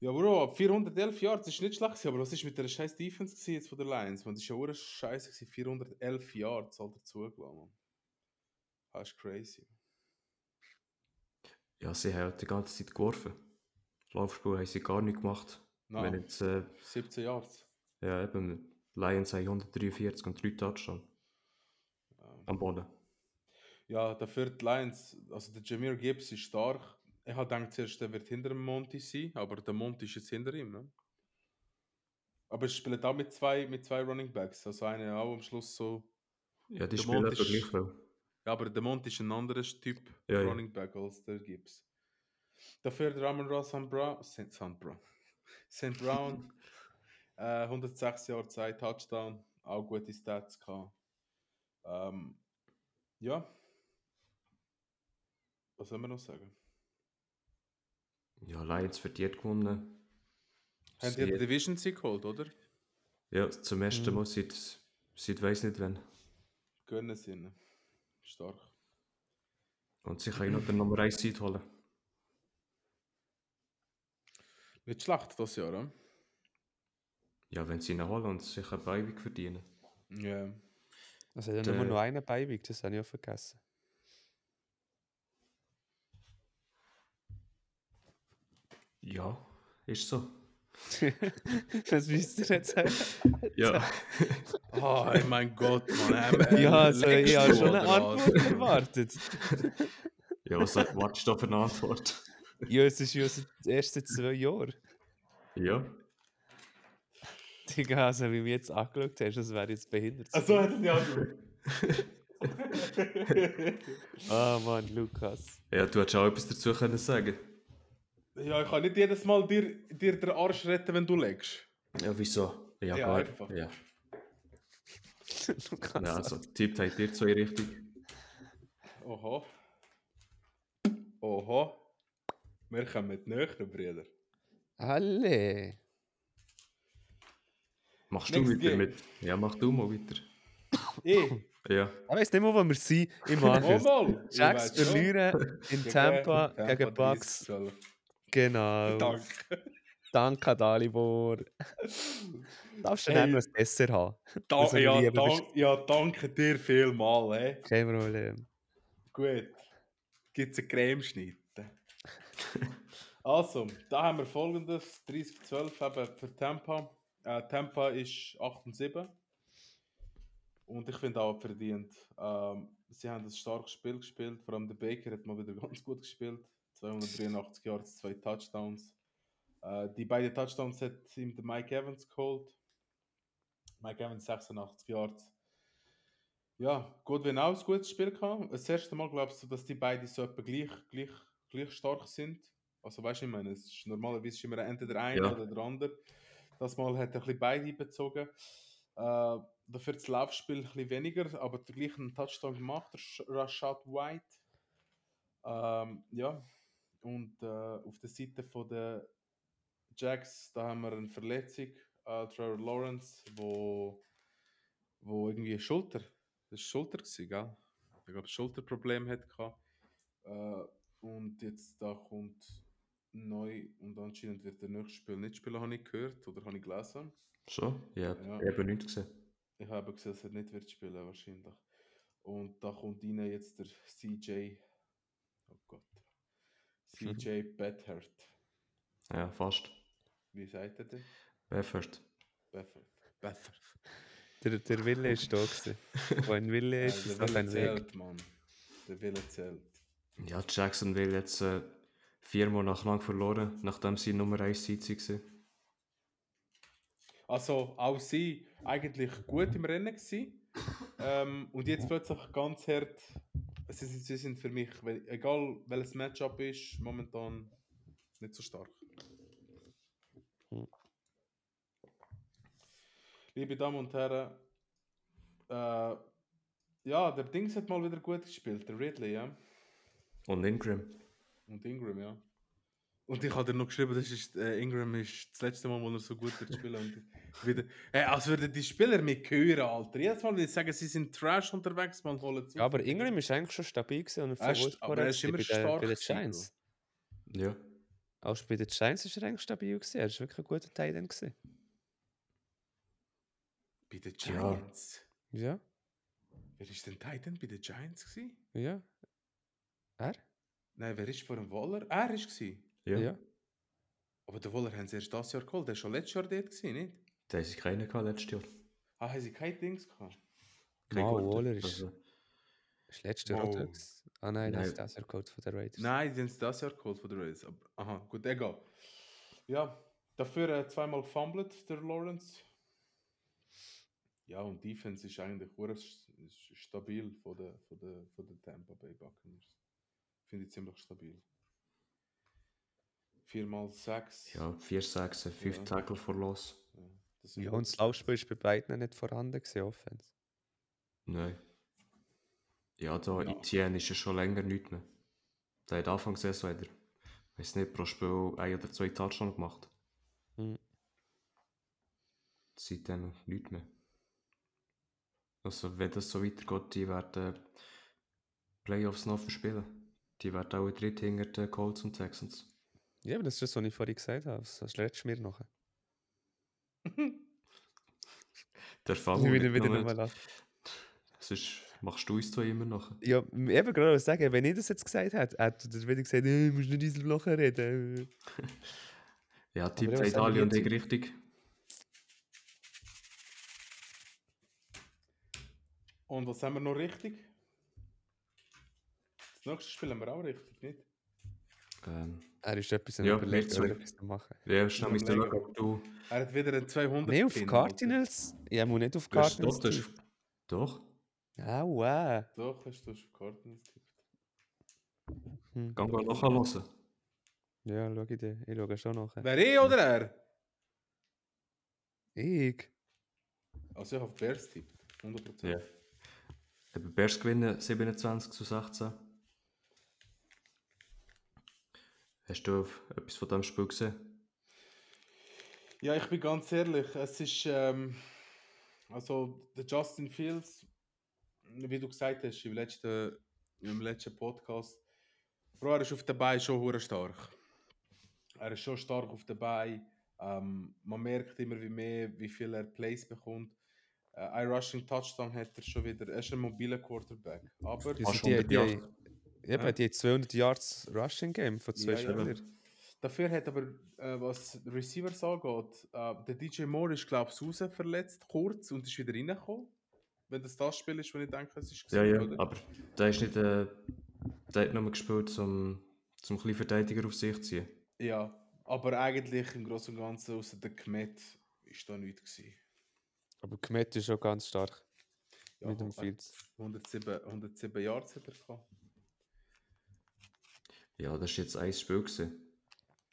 C: Ja, Bro, 411 Yards ist nicht schlecht, gewesen, aber was ist mit der scheiß Defense gewesen jetzt von der Lions? Man, das ist ja auch scheiße gewesen. 411 Yards, alter zugelassen, Mann. Das ist crazy.
B: Ja, sie haben halt die ganze Zeit geworfen. Laufspiel haben sie gar nicht gemacht. Wenn
C: Nein,
B: jetzt, äh,
C: 17 Yards.
B: ja eben, Lions haben 143 und 3 Touchdowns
C: Ja.
B: am Boden.
C: Ja, dafür die Lions, also der Jameer Gibbs ist stark. Ich habe gedacht zuerst, der wird hinter dem Monty sein, aber der Monty ist jetzt hinter ihm. Ne? Aber es spielt auch mit zwei, mit zwei Running Backs, also einer auch am Schluss so.
B: Ja, die
C: Der
B: spielen
C: Mond
B: einfach
C: ist-
B: gleich viel.
C: Ja, aber der Monty ist ein anderes Typ
B: Ja, ja.
C: Running Back als der Gibbs. Dafür der Amon Ross St. Brown, St. St. Brown, St. Brown äh, 106 Jahre Zeit, Touchdown, auch gute Stats gehabt. Ähm, ja. Was soll man noch sagen?
B: Ja, Lions verdient gewonnen.
C: Haben die
B: Sie-
C: den Division Sieg geholt, oder?
B: ja, zum ersten
A: Mhm.
B: Mal seit, seit weiß nicht wann.
C: Gönnen sie ihnen. Stark.
B: Und sie können
C: Mhm.
B: noch den Nummer 1 Seed holen.
C: Nicht schlecht das Jahr, eh? oder?
B: Ja, wenn sie ihn holen und sich eine Beiweg verdienen.
C: Ja.
A: Also, er hat ja
B: Der-
A: nur noch einen Beiweg, das habe ich auch vergessen.
B: Ja, ist so.
A: das wisst ihr jetzt.
B: Ja.
C: Oh, ey, mein Gott, Mann. ähm,
A: ja, also,
C: leckst
A: ich habe
C: du,
A: schon eine
C: oder was?
A: Antwort erwartet.
B: ja, was wartest du da für eine Antwort?
A: Ja, es ist ja seit den ersten zwei Jahren.
B: Ja.
A: Digga, also, wie du mich jetzt angeschaut hast, das wäre jetzt behindert.
C: Also, hätte ich auch
A: Ah, Mann, Lukas.
B: Ja, du hättest auch etwas dazu können sagen
C: Ja, ich kann nicht jedes Mal dir, dir den Arsch retten, wenn du legst.
B: Ja, wieso? Ja,
C: Ja,
B: klar.
C: einfach.
B: Ja.
A: Lukas.
B: Ja, also, tippt habt ihr zwei richtig.
C: Oho. Oho. Wir kommen näher, Brüder.
A: Alle.
B: Machst
C: Next
B: du weiter
C: game.
B: mit? Ja, mach du mal weiter.
C: Ich.
B: Ja.
A: Ich weiß nicht mehr, wo wir sind. Ich mag
C: Oh,
A: es.
C: mal. Ich
A: Jacks
C: weiß schon.
A: verlieren in
C: Gegen-
A: Tampa gegen
C: 30
A: Bucks.
C: zu 12.
A: Genau.
C: Danke.
A: Danke, an Dalibor. Darfst du
C: Hey.
A: dann noch ein Dessert haben?
C: Da,
A: Also,
C: ja,
A: lieber
C: dank, ja, danke dir vielmal. Ey.
A: Kein Problem.
C: Gut. Gibt es eine Creme schneiden? also, da haben wir folgendes: 30-12 eben für Tampa. Äh, Tampa ist 8 und 7. Und ich finde auch verdient. Ähm, sie haben ein starkes Spiel gespielt. Vor allem der Baker hat mal wieder ganz gut gespielt. 283 Yards, zwei Touchdowns. Äh, die beiden Touchdowns hat ihm der Mike Evans geholt. Mike Evans 86 Yards. Ja, Godwin auch ein gutes Spiel gehabt. Das erste Mal glaubst du, dass die beiden so etwa gleich, gleich, gleich stark sind. Also weißt du, ich meine, es ist normalerweise ist immer entweder der eine
B: Ja.
C: oder der andere. Das Mal hat er ein bisschen beide einbezogen. Äh, dafür das Laufspiel ein bisschen weniger, aber der gleiche einen Touchdown gemacht, der Sh- Rashad White. Ähm, ja, und äh, auf der Seite von der Jacks, da haben wir eine Verletzung, äh, Trevor Lawrence, wo, wo irgendwie Schulter, das ist Schulter gewesen, gell? Ich glaube, Schulterproblem hat gehabt. Äh, und jetzt da kommt neu und anscheinend wird der nächste Spiel nicht spielen, habe ich gehört oder habe ich gelesen.
B: Schon? Ja,
C: Ja.
B: ich habe nichts gesehen.
C: Ich habe gesehen, dass er nicht wird spielen wahrscheinlich. Und da kommt rein jetzt der CJ. Oh Gott. CJ Bethard.
B: Ja, fast.
C: Wie sagt er denn?
B: Baffert.
C: Bethard. Bethard.
A: Der, der Wille ist da gewesen. Wo ein Wille ist, Äh, ist
C: der
A: auch
C: Wille
A: ein Weg.
C: zählt, Mann. Der Wille zählt.
B: Ja, Jacksonville jetzt äh, viermal nacheinander verloren, nachdem sie Nummer 1 Seed waren.
C: Also auch sie eigentlich gut im Rennen gewesen. Ähm, und jetzt plötzlich ganz hart. Sie sind, sie sind für mich, weil, egal welches Matchup ist, momentan nicht so stark.
A: Hm.
C: Liebe Damen und Herren, äh, ja, der Dings hat mal wieder gut gespielt, der Ridley, ja.
B: Und Ingram.
C: Und Ingram, ja. Und ich habe dir noch geschrieben, das ist, äh, Ingram ist das letzte Mal, wo er so gut wird spielen. Und wieder, hey, als würden die Spieler mich hören, Alter. Jedes Mal, wenn ich sage, sie sind Trash unterwegs, man holen sie.
A: Ja, aber Ingram ist eigentlich schon stabil gewesen und
C: Er ist-
A: verwundbar
C: aber er ist
A: gewesen
C: immer
A: bei den-
C: stark
A: Bei den
C: gewesen, Bro.
A: Giants.
B: Ja.
A: Auch bei den Giants ist er eigentlich stabil gewesen. Er ist wirklich ein guter Teil gewesen.
C: Bei den
B: Ja.
C: Giants.
A: Ja,
C: Wer ist denn Titan bei den Giants gewesen?
A: ja. Er?
C: Nein, wer ist vor dem Waller? Er ist gewesen.
B: Ja.
A: Ja.
C: Aber den Waller haben sie erst das Jahr geholt. Der war schon letztes Jahr dort gewesen, nicht?
B: Da haben sie keinen gehabt letztes Jahr.
C: Ah, haben sie kein Dings gehabt?
B: Kein
A: Mal
B: guter.
A: Waller ist-
B: Also,
A: Ist letztes Jahr auch
C: Wow.
A: da gewesen. Ah nein, das
B: Nein.
A: ist das Jahr geholt von den Raiders.
C: Nein, die haben es das Jahr geholt von der Raiders. Aber- Aha, gut, egal. Ja, dafür äh, zweimal gefummelt, der Lawrence. Ja, und Defense ist eigentlich hure s- s- stabil von der, von der, von der Tampa Bay Buccaneers. Finde ich ziemlich stabil. Viermal sechs.
B: ja, 4 6 5
C: Ja.
B: Tackle for Loss.
C: Ja, das ist
A: Ja,
C: gut.
A: und das Laufspiel ist bei beiden nicht vorhanden gewesen, Offense.
B: Nein. Ja, da
C: Ja.
B: Etienne ist ja schon länger nicht mehr. Der hat Anfang der Saison, hat er, weiß nicht, pro Spiel ein oder zwei Touchdowns gemacht.
A: Mhm.
B: Seitdem nicht mehr. Also, wenn das so weitergeht, die werden Playoffs noch verspielen. Die werden auch dritt hinter den Colts und Texans.
A: Ja, aber das ist das, was ich vorhin gesagt habe. Das hast du letztes Mal noch.
B: Der Fall
A: Ich will ihn wieder
B: mitgenommen
A: nochmal
B: hat.
A: lassen.
B: Sonst machst du uns zwei immer noch.
A: Ja, m- eben gerade was sagen, wenn ich das jetzt gesagt hätte, hätte er wieder gesagt, äh, musst nicht ins Loch reden.
B: Ja, Tipp
A: eben,
B: sagt
A: sagen
B: alle
A: wir
B: und ich
A: jetzt-
B: richtig.
C: Und was haben wir noch richtig? Das nächste Spiel haben wir auch richtig, nicht?
B: Ähm,
A: Er ist etwas am
B: Ja,
A: überlegen,
B: nicht
A: ob er
B: so.
A: etwas zu machen.
B: ja, schnell
C: Ja,
B: müsst ihr
C: mega.
B: schauen, ob du.
C: Er hat wieder einen 200
A: Nein, auf
C: Pin,
A: Cardinals? Ja, muss nicht auf
B: Du hast
A: Cardinals.
B: doch, das-
A: tippen.
B: doch,
A: Aua.
C: Alter. Doch, hast du auf Cardinals getippt.
A: Hm.
B: gang mal nachher hören.
A: Ja, schau ich dir. Ich schaue schon nachher.
C: Wer ich oder er?
A: Ich?
C: Also ich habe Bears tippt. 100%.
B: Ja. Eben Bears gewinnen 27 zu 16. Hast du auf etwas von diesem Spiel gesehen?
C: Ja, ich bin ganz ehrlich, es ist ähm, also der Justin Fields, wie du gesagt hast im letzten, im letzten Podcast, Bro, er ist auf der Beine schon hure stark. Er ist schon stark auf der Beine. Ähm, man merkt immer wie mehr, wie viel er Plays bekommt. Äh, ein Rushing Touchdown hat er schon wieder. Er ist ein mobiler Quarterback. Aber
A: Also
B: Fast
A: die,
B: 100
A: die,
B: Yards.
A: eben, die 200 Yards Rushing Game von zwei
C: Ja, ja.
A: Spielern.
C: Dafür hat aber, äh, was die Receivers angeht, äh, der DJ Moore ist, glaube ich, raus verletzt, kurz, und ist wieder reingekommen. wenn das das Spiel ist, wo ich denke, es ist
B: Ja, ja,
C: gesund, oder?
B: aber der ist nicht, äh, der hat nur gespielt, um, um ein bisschen Verteidiger auf sich zu ziehen.
C: Ja, aber eigentlich im Großen und Ganzen, außer der Kmet, ist da nichts gewesen.
A: Aber Kmet ist schon ganz stark.
C: Ja,
A: mit dem
C: aber
A: Fields.
C: 107, 107 Yards hat er gehabt.
B: Ja, das war jetzt ein Spiel. Gewesen.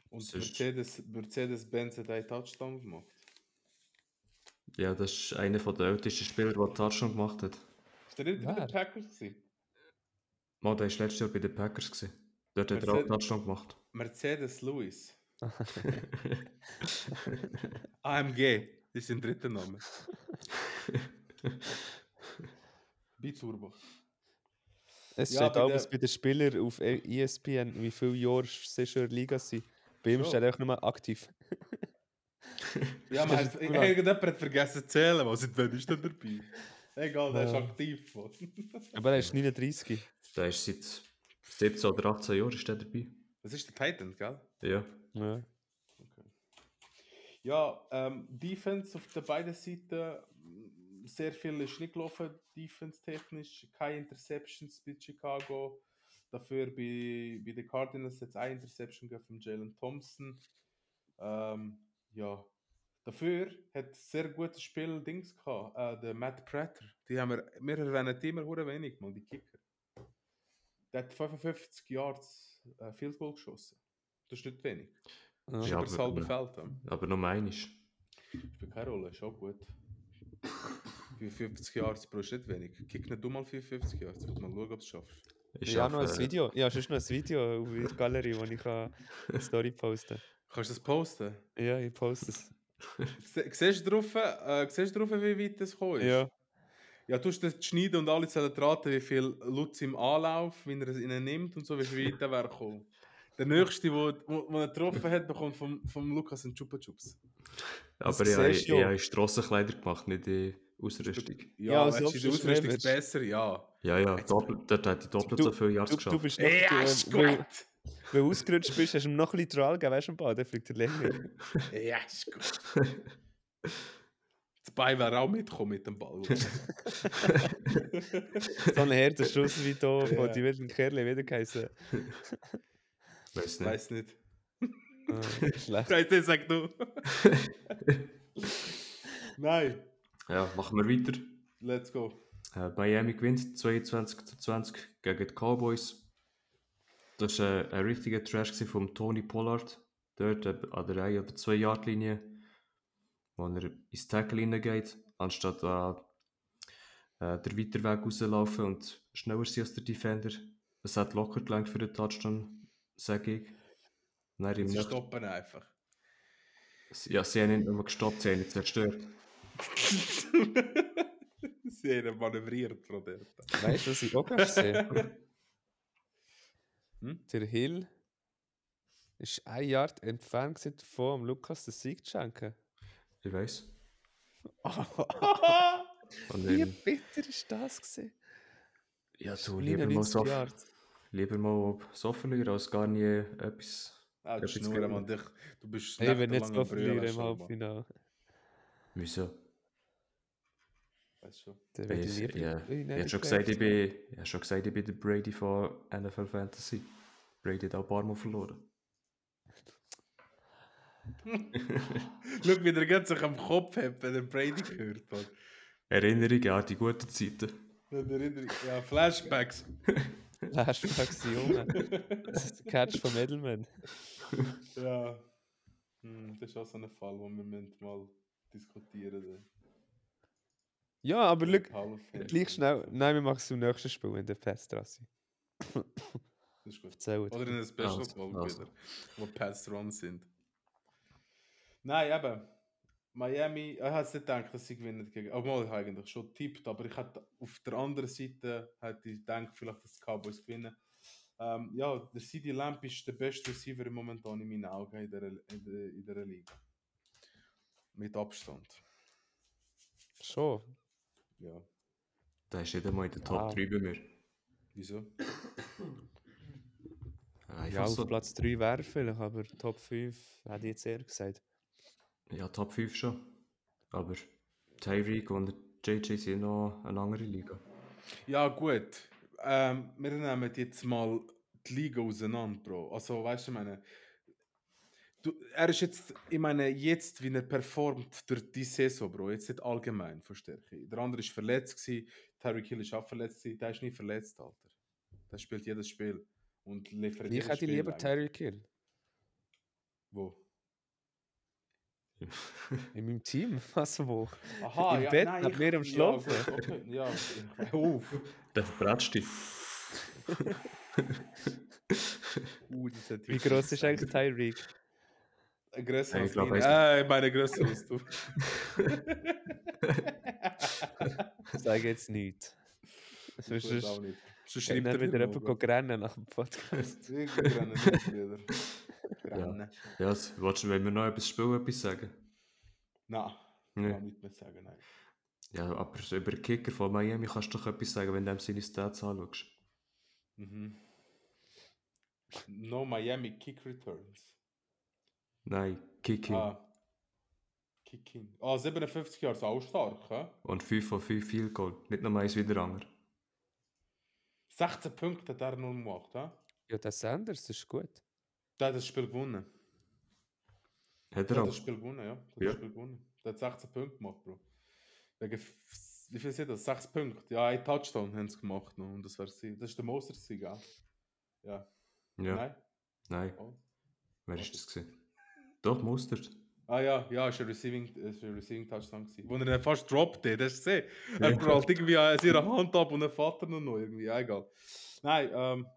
C: Und
B: Sonst-
C: Mercedes- Mercedes-Benz hat einen Touchdown gemacht.
B: Ja, das ist einer von der ältesten Spieler, der Touchdown gemacht hat.
C: Ist der nicht bei
A: Wer?
C: den Packers gewesen?
B: Mal, der war letztes Jahr bei den Packers. Gewesen. Dort hat er auch
C: Mercedes-
B: Touchdown gemacht.
C: Mercedes Lewis. AMG ist sein dritter Name. Biturbo.
A: Es
C: Ja,
A: steht
C: bei
A: alles
C: der-
A: bei den Spielern auf E- ESPN, wie viele Jahre sie schon in der Liga sind. Bei ihm
C: Schon.
A: steht einfach nur aktiv.
C: Ja, man
A: Das
C: hat,
A: ist cool, Mann.
C: irgendjemand hat vergessen zu zählen, was seit wann ist denn dabei? Egal, der ist
A: Ja.
C: aktiv. Mann.
A: Aber er ist 39.
B: Der ist seit 17 oder 18 Jahren ist der dabei.
C: Das ist der Titan, gell?
B: Ja.
A: Ja.
C: Ja, ähm, Defense auf der beiden Seiten mm, sehr viel ist nicht gelaufen, defense-technisch. Keine Interceptions bei Chicago. Dafür bei, bei den Cardinals jetzt eine Interception gegeben von Jalen Thompson. Ähm, ja. Dafür hat sehr gutes Spiel Dings gehabt, äh, der Matt Prater. Die haben wir, wir erwähnen die immer hure wenig, mal die Kicker. Der hat 55 Yards äh, Field Goal geschossen. Das ist nicht wenig. Das ist
A: Ja.
B: Ja.
C: über das halbe
B: aber-
C: Feld. Ja.
B: Aber nur einisch.
C: Spielt keine Rolle, ist auch gut. 54 Yards pro ist nicht wenig. Kick nicht um du mal 54 Yards, wird mal schauen, ob du es schaffst.
B: Ist
A: Ich habe
B: auf,
A: noch ein
B: äh,
A: Video. Ja, es ist noch ein Video auf der Galerie, wo ich kann eine Story posten
C: Kannst du das posten?
A: kann. Ja, ich poste es.
C: Se siehst du drauf, äh, siehst du drauf, wie weit das gekommen ist?
A: Ja.
C: Ja, du hast das schneiden und alle sollen raten, wie viel Lutz im Anlauf, wenn er es ihnen nimmt und so, wie weit er wäre gekommen. Der nächste, der er getroffen hat, bekommt vom, vom Lukas einen Chupa Chups.
B: Aber
A: Das
B: ich, habe-
A: siehst
B: ich,
A: du ja.
B: habe Strassenkleider gemacht, nicht die Ausrüstung.
C: Ja,
A: Ja,
C: ja
A: als
C: also,
A: ob
C: die
A: es schwer
C: Ausrüstung
A: wird.
C: besser, ja.
B: Ja, ja, doppelt, dort hat ich doppelt
A: Du-
B: so viele Yards
A: Du, du
B: geschafft.
A: bist noch,
C: Ja,
A: du,
C: ist
A: äh, weil,
C: gut!
A: weil du ausgerutscht bist, hast du ihm noch ein bisschen Traal gegeben, weißt du, am Ball, dann fliegt der Lehrer.
C: Ja, ist gut. Das Bein wäre auch mitgekommen mit dem Ball.
A: So ein harter Schuss wie da von
C: Ja.
A: die wilden Kerle wieder geheißen.
B: Weiß
C: Ich
B: nicht.
C: weiß nicht.
A: Ah, schlecht.
C: Weißt du, sag du. Nein.
B: Ja, machen wir weiter.
C: Let's go.
B: Äh, Miami gewinnt 22 zu 20 gegen die Cowboys. Das war äh, ein richtiger Trash gewesen von Tony Pollard. Dort äh, an der 1 oder 2 Yard Linie, wo er ins Tackle hineingeht, anstatt an äh, der weiteren Weg rauslaufen und schneller sein als der Defender. Es hat locker gelangt für den Touchdown, sage ich. Und dann im
C: Sie
B: Nach-
C: stoppen einfach.
B: ja, sie haben ihn nicht mehr gestoppt, sie haben ihn zerstört.
C: Sie haben manövriert von dort.
A: Weißt du, was ich auch gerade sehe?
C: Hm?
A: Der Hill ist ein Yard entfernt gewesen davon, um Lukas den Sieg zu schenken.
B: Ich weiß.
C: Haha!
B: Und
A: Wie
B: ähm,
A: bitter ist das gewesen?
B: ja, du, lieber mal
A: 99
B: so.
A: Yards.
B: Lieber mal so verlieren als gar nie etwas.
C: Ah,
B: Ja,
C: du Schnur,
B: bitte.
C: Mann. dich- Du bist
A: Hey, wenn
C: nächtelang
A: jetzt so
C: am Brüllen
A: verlieren im
C: schon, Mann.
A: Halbfinale,
B: Wieso?
C: Weißt schon.
A: dann
B: Ich,
A: werde ich
B: ich,
A: lieber...
B: ja,
A: Nein,
B: ich, hab schon
A: nicht
B: gesagt, ich,
A: wert.
B: bin, ich hab schon gesagt, ich bin der Brady von NFL Fantasy. Brady hat auch ein paar Mal verloren.
C: Schau, wie der geht sich am Kopf hat, wenn er Brady gehört hat.
B: Erinnerungen an die guten Zeiten.
C: Wenn er in der- Ja, Flashbacks.
A: Flashbacks, Junge. Das ist der Catch von Edelman.
C: Ja. Hm, das ist auch so ein Fall, wo wir müssen mal diskutieren müssen.
A: Ja, aber schau,
C: Half-
A: gleich schnell. Nein, wir machen es im nächsten Spiel in der Passstrasse.
C: Das ist gut.
A: Erzählt.
C: Oder in einer Special
B: Also,
C: Folge
B: also.
C: wieder, wo Pass Run sind. Nein, eben. Miami, ah, ich hätte es nicht gedacht, dass sie gewinnen gegen. Obwohl ich eigentlich schon getippt, aber ich hätte auf der anderen Seite hätte ich gedacht, vielleicht, dass die Cowboys gewinnen. Ähm, ja, der CD Lamp ist der beste Receiver momentan in meinen Augen in der, in der, in der Liga. Mit Abstand.
A: Schon.
C: Ja.
B: Da ist jeder mal in der Top
A: Wow.
B: 3 bei mir.
C: Wieso?
A: Ja,
C: Ah,
B: Einfach
A: auf
B: so.
A: Platz 3 wäre vielleicht, aber Top 5 hätte ich jetzt eher gesagt.
B: ja, Top 5 schon. Aber Tyreek, wenn er JJ sind noch eine andere Liga.
C: Ja, gut. Ähm, wir nehmen jetzt mal die Liga auseinander, Bro. Also, weißt du, ich meine, du, er ist jetzt, ich meine, jetzt, wie er performt durch die Saison, Bro, jetzt nicht allgemein Verstärkung. Der andere ist verletzt gewesen, Terry Hill ist auch verletzt gewesen, der ist nie verletzt, Alter. Der spielt jedes Spiel und liefert
A: Ich
C: jedes
A: hätte
C: Spiel
A: lieber
C: ein.
A: Tyreek Hill.
C: Wo?
A: In meinem Team? Was wo?
C: Aha,
A: Im Bett,
C: nein,
A: neben
C: ich-
A: mir am Schlafen.
C: Ja, gut, okay, ja. ich- Uff.
B: Der verbratscht dich.
C: Uh, das hat
A: Wie groß ist eigentlich Tyreek?
B: Ja,
C: Größer
B: ich
C: als
B: glaub,
C: deine.
B: weiss
C: Äh, meine größer als du.
A: Sag jetzt nichts. Sonst
C: Ich weiß auch
A: sonst
C: nicht. So
A: kann dann
C: schreibt er
A: wieder
C: wieder
A: jemand go rennen nach dem Podcast.
C: Rennen. Rennen.
B: Ja, was- willst du, wenn wir noch etwas spielen, etwas sagen?
C: Nein,
B: Nee.
C: kann nicht mehr sagen. Nein.
B: Ja, aber über den Kicker von Miami kannst du doch etwas sagen, wenn du ihm seine Stats anschaust.
C: Mhm. No Miami Kick Returns.
B: Nein, Kicking.
C: Ah. Kicking. Ah, 57 Jahre, ist auch stark. hä?
B: Und 5 von 5 Field Goal. Nicht nochmal eins wieder andere.
C: 16 Punkte hat er nur gemacht. hä?
A: Ja, das Sanders ist gut.
C: Der hat das Spiel gewonnen.
B: Hat er
C: Der hat
B: auch.
C: das Spiel gewonnen, ja. Der hat
B: Ja.
C: das Spiel gewonnen. Der hat 16 Punkte gemacht, Bro. Wegen, f- wie viel sind das? 6 Punkte. Ja, ein Touchdown haben sie gemacht noch. Und das war sie. Das ist der Moser-Sieg, ja. ja.
B: Ja, nein.
C: Nein? Oh.
B: Wer ist das gewesen? Doch, Mustard.
C: Ah ja, ja, ist ein Receiving, äh, ist ein Receiving Touchdown gewesen. Wo er dann fast droppt, ey, das hast du gesehen. Er
B: Ja.
C: prallt irgendwie an seiner Hand ab und er Vater noch, noch irgendwie, ja, egal. Nein, ähm,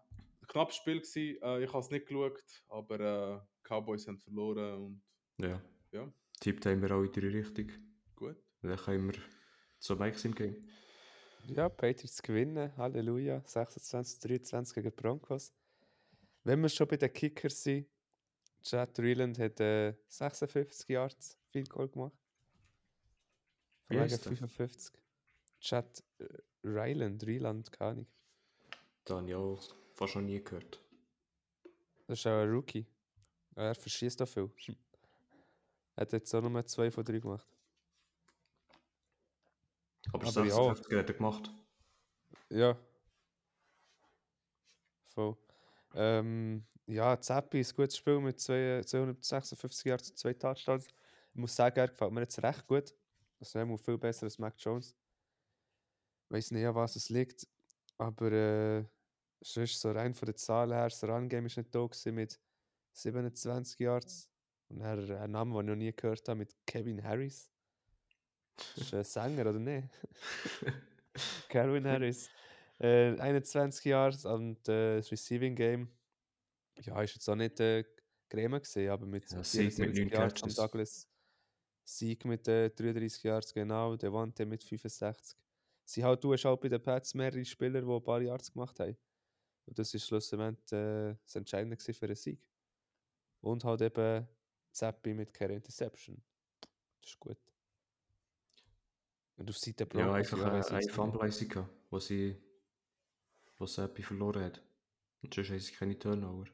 C: knappes Spiel gewesen. Äh, ich habe es nicht geschaut, aber äh, Cowboys haben verloren und
B: Ja.
C: Ja.
B: Tippt haben wir alle drei richtig.
C: gut.
B: Dann können wir zu Mike im Game.
A: Ja, Patriots gewinnen. Halleluja. 26, 23 gegen die Broncos. Wenn wir schon bei den Kickers sind, Chad Reeland hat äh, 56 Yards Field Goal gemacht.
B: Wie
A: Von wegen
B: heisst der?
A: 55. Chad äh, Ryland, Ryland, keine Ahnung.
B: Da habe ich auch fast noch nie gehört.
A: Das ist auch ein Rookie. Er verschießt auch viel. Er hat jetzt auch nur 2 von 3 gemacht.
B: Aber,
A: Aber
B: 56 hat er gemacht.
A: Ja. Voll. Ähm, ja, Zappi ist ein gutes Spiel mit zwei, äh, 256 Yards und zwei Touchdowns. Ich muss sagen, er gefällt mir jetzt recht gut. Also er muss viel besser als Mac Jones. Weiß nicht, an was es liegt. Aber äh, sonst so rein von den Zahlen her, das Run-Game ist nicht da gewesen mit 27 Yards. Und dann ein Name, den ich noch nie gehört habe, mit Kevin Harris. Ist ein Sänger, oder nicht? Calvin Harris. Äh, 21 Jahre und äh, das Receiving Game. Ja, ist jetzt auch nicht äh, Creme gesehen, aber mit
B: Ja, Sieg mit
A: 74
B: neun
A: Yards am
B: Catches.
A: Douglas. Sieg mit äh, 33 Yards, genau. Devante mit 65. Sie halt, du hast halt bei den Pats mehrere Spieler, die ein paar Yards gemacht haben. Und das ist schlussendlich äh, das Entscheidende gewesen für einen Sieg. Und halt eben Zappi mit keiner Interception. Das ist gut. Und auf Seite
B: Ja,
A: Broncos,
B: einfach
A: weiss ich
B: äh, ein
A: jetzt nicht.
B: Fumble heisst sie gehabt, wo sie, wo sie etwas verloren hat. Und sonst haben sie keine Turnover.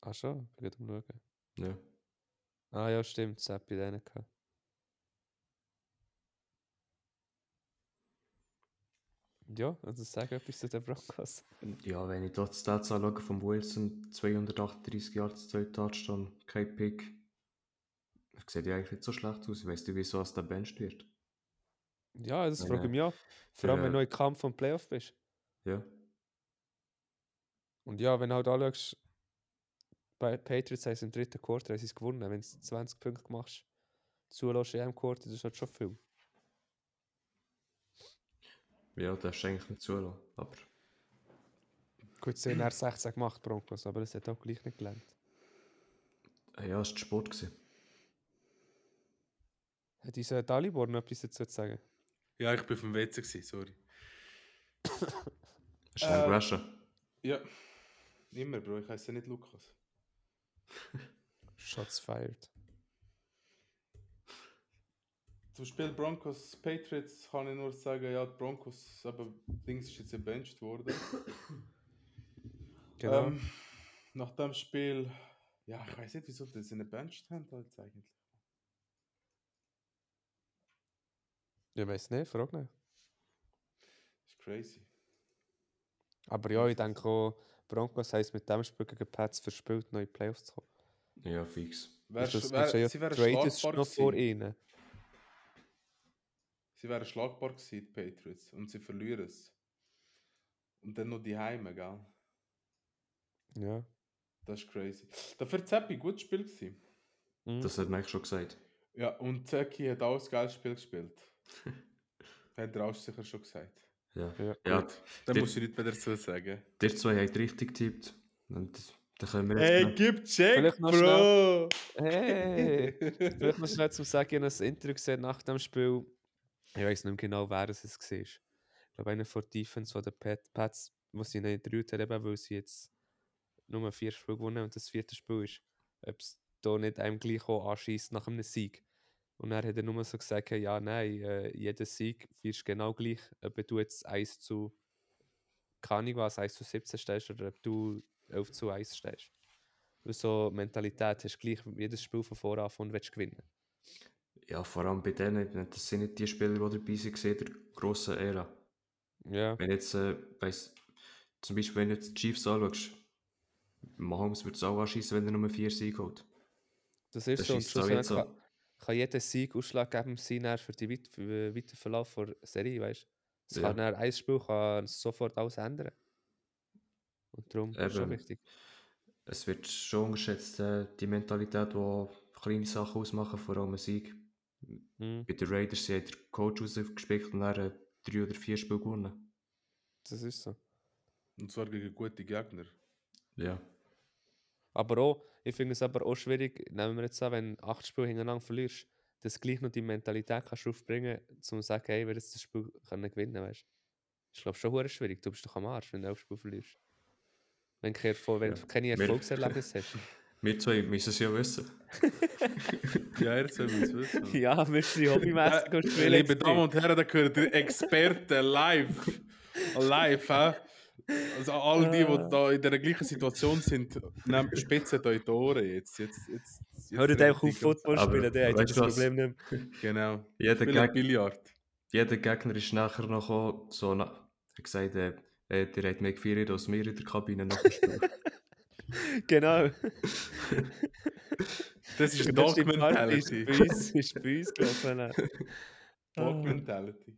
A: Ach Ah, schon, ich bin am Schauen.
B: Ja.
A: Ah ja, stimmt, das hat bei denen gehabt. Ja, also sag etwas zu den Broncos.
B: Ja, wenn ich dort die Stats anschaue von Wilson, 238 Yards, 2 Touchdown, kein Pick. Das sieht ja eigentlich nicht so schlecht aus. Ich weiss nicht, wieso es der Bench wird.
A: Ja, das
B: Nein,
A: frage ich
B: nein.
A: mich auch. Vor allem,
B: Der-
A: wenn du im Kampf vom Playoff bist.
B: Ja.
A: Und ja, wenn du halt anschaust, bei Patriots haben sie im dritten Quarter haben sie es gewonnen. Wenn du 20 Punkte machst, zulässt in einem Quarter, das ist halt schon viel.
B: Ja, darfst du eigentlich nicht zulassen. Aber
A: Gut, sie haben erst 16 gemacht, Broncos, aber es hat auch gleich nicht gelangt.
B: äh, ja, es war Sport. Gewesen.
A: Hat dieser Dalibor noch etwas dazu zu sagen?
C: Ja, ich bin vom WC, gewesen, sorry.
B: Hast du äh,
C: Äh,
B: gewaschen?
C: Ja. Immer, Bro, ich heiße nicht Lukas.
A: Shots fired.
C: Zum Spiel Broncos Patriots kann ich nur sagen, ja, die Broncos, aber Dings ist jetzt gebencht worden.
A: Genau.
C: Ähm, nach dem Spiel, ja, halt ich weiß nicht, wieso das in der Bench stand eigentlich.
A: Ich weiß nicht, frag nicht.
C: ist crazy.
A: Aber ja, ich denke auch, Broncos haben es mit dem Spiel gegen die Pats verspielt, neue Playoffs zu kommen.
B: Ja, fix.
C: Wär,
A: Ist das-
C: wär,
A: ist ja
C: sie wären
A: Trade ist
C: schlagbar
A: noch vor E
C: gewesen.
A: ihnen.
C: Sie wären schlagbar gewesen, die Patriots. Und sie verlieren es. Und dann noch die Heime, gell?
A: Ja.
C: Das ist crazy. Dafür Zeppi, gutes Spiel gewesen.
A: Mhm.
B: Das hat Mike schon gesagt.
C: Ja, und Zeki hat auch ein geiles Spiel gespielt. hat er auch sicher schon gesagt.
B: Ja.
A: Ja.
B: ja.
C: Da
B: Die-
C: muss ich nicht mehr dazu sagen.
B: Ihr zwei habt richtig getippt. Und dann können wir jetzt.
C: Hey, gib Check,
A: Vielleicht noch
C: Bro!
A: Hey! Vielleicht noch schnell zum Sagen, ich habe ein Interview gesehen nach dem Spiel. Ich weiß nicht mehr genau, wer es war. Ich glaube, einer von Defense oder Pat, Pats, wo sie ihn interviewt haben, eben, weil sie jetzt nur vier Spiele gewonnen haben und das vierte Spiel ist. Ob es da nicht einem gleich auch anschießt nach einem Sieg. Und er hat er nur so gesagt, hey, ja, nein, äh, jeder Sieg wirst genau gleich, ob du jetzt 1 zu, keine Ahnung was, 1 zu 17 stehst oder ob du 11 zu 1 stehst. Weil so Mentalität hast du gleich jedes Spiel von vorne an und willst gewinnen.
B: Ja, vor allem bei denen, das sind nicht die Spieler, die dabei waren, seit der grossen Ära.
A: Ja,
B: Wenn jetzt, äh, weiss, zum Beispiel, wenn du jetzt die Chiefs anschaust, Mahomes würde es auch anschießen, wenn er nur vier Siege holt.
A: das ist
B: Das
A: so. Und
B: ist auch
A: schlussendlich
B: jetzt so.
A: kann, kann jeder Sieg ausschlaggebend sein dann für den weit, für den weiteren Verlauf der Serie, weißt du?
B: Ja.
A: Ja. Ein Spiel kann sofort alles ändern. Und darum ist schon
B: Eben.
A: wichtig.
B: Es wird schon unterschätzt, äh, die Mentalität, die kleine Sachen ausmachen, vor allem ein Sieg.
A: Mhm.
B: Bei den Raiders sie haben den Coach rausgespickt und dann äh, drei oder vier Spiele gewonnen.
A: Das ist so.
C: Und zwar gegen gute Gegner.
B: Ja.
A: Aber auch, ich finde es aber auch schwierig, nehmen wir jetzt an, wenn du acht Spiele hintereinander verlierst, dass du gleich noch die Mentalität kannst aufbringen kannst, um zu sagen, hey, wir jetzt das Spiel können gewinnen weißt du? Ich glaube schon hure schwierig, du bist doch am Arsch, wenn du elf Spiele verlierst. Wenn, du kein Erfol- wenn
B: Ja.
A: du keine
B: Wir-
A: Erfolgserlebnisse hast.
B: Wir zwei müssen es ja wissen.
C: Ja, jetzt soll man es wissen.
A: ja, wir sind hobbymäßig und
C: Äh,
A: spielen.
C: Liebe
A: jetzt
C: Damen
A: nicht.
C: und Herren, da gehört der Experte live. live, hä? Also all die, die da in der gleichen Situation sind, nehmen spitzen euch die Ohren jetzt. jetzt, jetzt, jetzt
A: Hört einfach auf
C: richtig-
A: Football
B: Aber
A: spielen, der hat
B: weißt
A: das
B: du was?
A: Problem nicht mehr.
C: Genau.
B: Jeder,
C: Spielen
B: Geg
C: Billard.
B: jeder Gegner ist nachher noch gekommen, so, na hat gesagt, äh, äh, der hat mehr gefeiert als wir in der Kabine nach dem Spiel.
A: Genau.
C: Das ist
A: Das ist bei uns,
C: Dog-Mentality.
A: ist bei uns gelaufen. ja. Ah.
C: Dog-Mentality.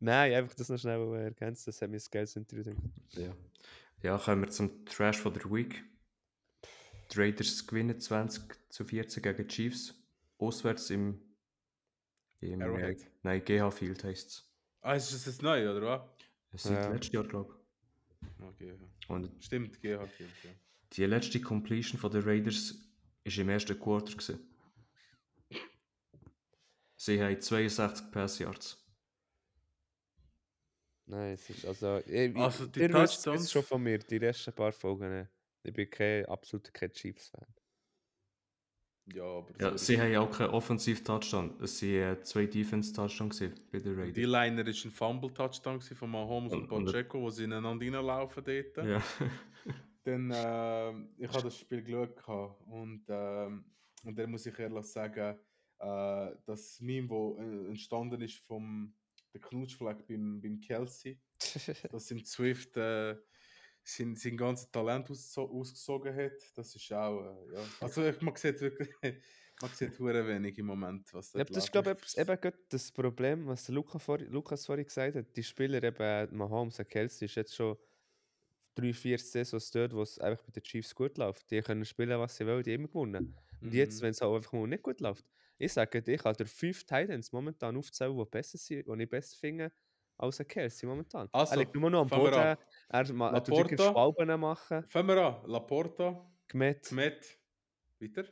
A: Nein, einfach das noch schnell äh, ergänzen, das hat mir ein geiles Interview gedacht.
B: Ja. ja, kommen wir zum Trash von der Week. Die Raiders gewinnen 20 zu 14 gegen die Chiefs. Auswärts im, im äh,
C: Arrowhead.
B: nein, GH Field heisst es.
C: Ah, ist das jetzt neu, oder was? Ah,
B: Es sind
A: Ja.
B: letztes Jahr, glaube
C: Okay. ja.
B: ich. Und
C: Stimmt, GH Field, ja.
B: die letzte Completion von der Raiders war im ersten Quarter. Gewesen. Sie haben 62 Pass Yards.
A: Nein, es ist also. Ich,
C: Also,
A: ich,
C: die
A: ihr wisst es
C: Touchdowns-
A: schon von mir, die letzten paar Folgen. äh, Ich bin kein, absolut kein Chiefs-Fan.
C: Ja, aber
B: Ja,
C: sorry.
B: sie haben auch keinen Offensiv-Touchdown. Es waren äh, zwei Defense-Touchdowns gewesen bei den
C: Die
B: Raiders.
C: Liner war ein Fumble-Touchdown gewesen von Mahomes und,
B: Und- und-
C: Pacheco, wo sie ineinander reinlaufen dort.
B: Ja.
C: Dann, ähm, ich habe das Spiel geschaut gehabt und, ähm, und dann muss ich ehrlich sagen, äh, das Meme, wo äh, entstanden ist vom der Knutschfleck beim, beim Kelsey, dass im Swift äh, sein, sein ganzes Talent ausgezo- ausgesogen hat, das ist auch, äh, ja. Also ich, man sieht wirklich, man sieht hure wenig im Moment, was
A: Ja, aber das ist, glaube ich, eben gerade das Problem, was der Luca vor, Lukas vorhin gesagt hat. Die Spieler, eben äh, Mahomes und Kelsey, ist jetzt schon drei, vier Saisons dort, wo es einfach bei den Chiefs gut läuft. Die können spielen, was sie wollen, die haben immer gewonnen. Und
C: Mhm.
A: jetzt, wenn es halt einfach mal nicht gut läuft, ich sage dir, ich habe dir fünf Titans momentan aufzählen, die besser sind, die ich besser finde, als ein Kelsey momentan.
C: Also,
A: er liegt nur noch am
C: fangen wir
A: Boden,
C: an.
A: er, ma- er tut
C: Laporta.
A: irgendwelche Schwalben machen,
C: Fangen wir an, Laporta,
A: Gmet,
C: Kmet, weiter,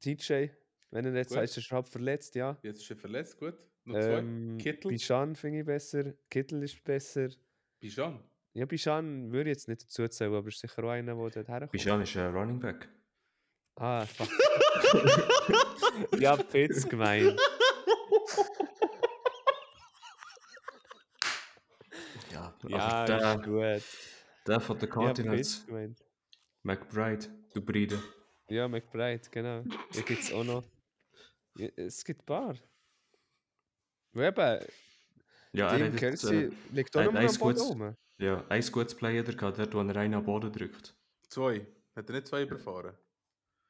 A: TJ, wenn er jetzt
C: Gut.
A: heißt, er ist halb verletzt, ja.
C: jetzt ist er verletzt, gut, noch
A: Ähm,
C: zwei, Kittel,
A: Bichon finde ich besser, Kittel ist besser.
C: Bijan.
A: Ja, Bichon würde ich jetzt nicht dazu zählen, aber ist sicher auch einer, der dort herkommt.
B: Bijan ist äh, Running Back.
A: Ah, fuck. ja, Pitts gemein.
B: Ja,
A: Ja,
B: aber der,
A: ist gut.
B: der von den
A: Ja,
B: Cardinals.
A: Pitts gemeint.
B: McBride, du Bride.
A: Ja, McBride, genau. Da gibt es auch noch. Ja, es gibt ein paar. Weil eben,
B: Ja, er
A: Dean
B: hat jetzt,
A: Kelsey
B: äh,
A: liegt auch
B: ein-
A: noch mal
B: ein
A: am Boden
B: gutes-
A: rum.
B: ja, ein gutes Play hat er gehabt, dort, wo er einen am Boden drückt.
C: Zwei. Hat er nicht zwei überfahren?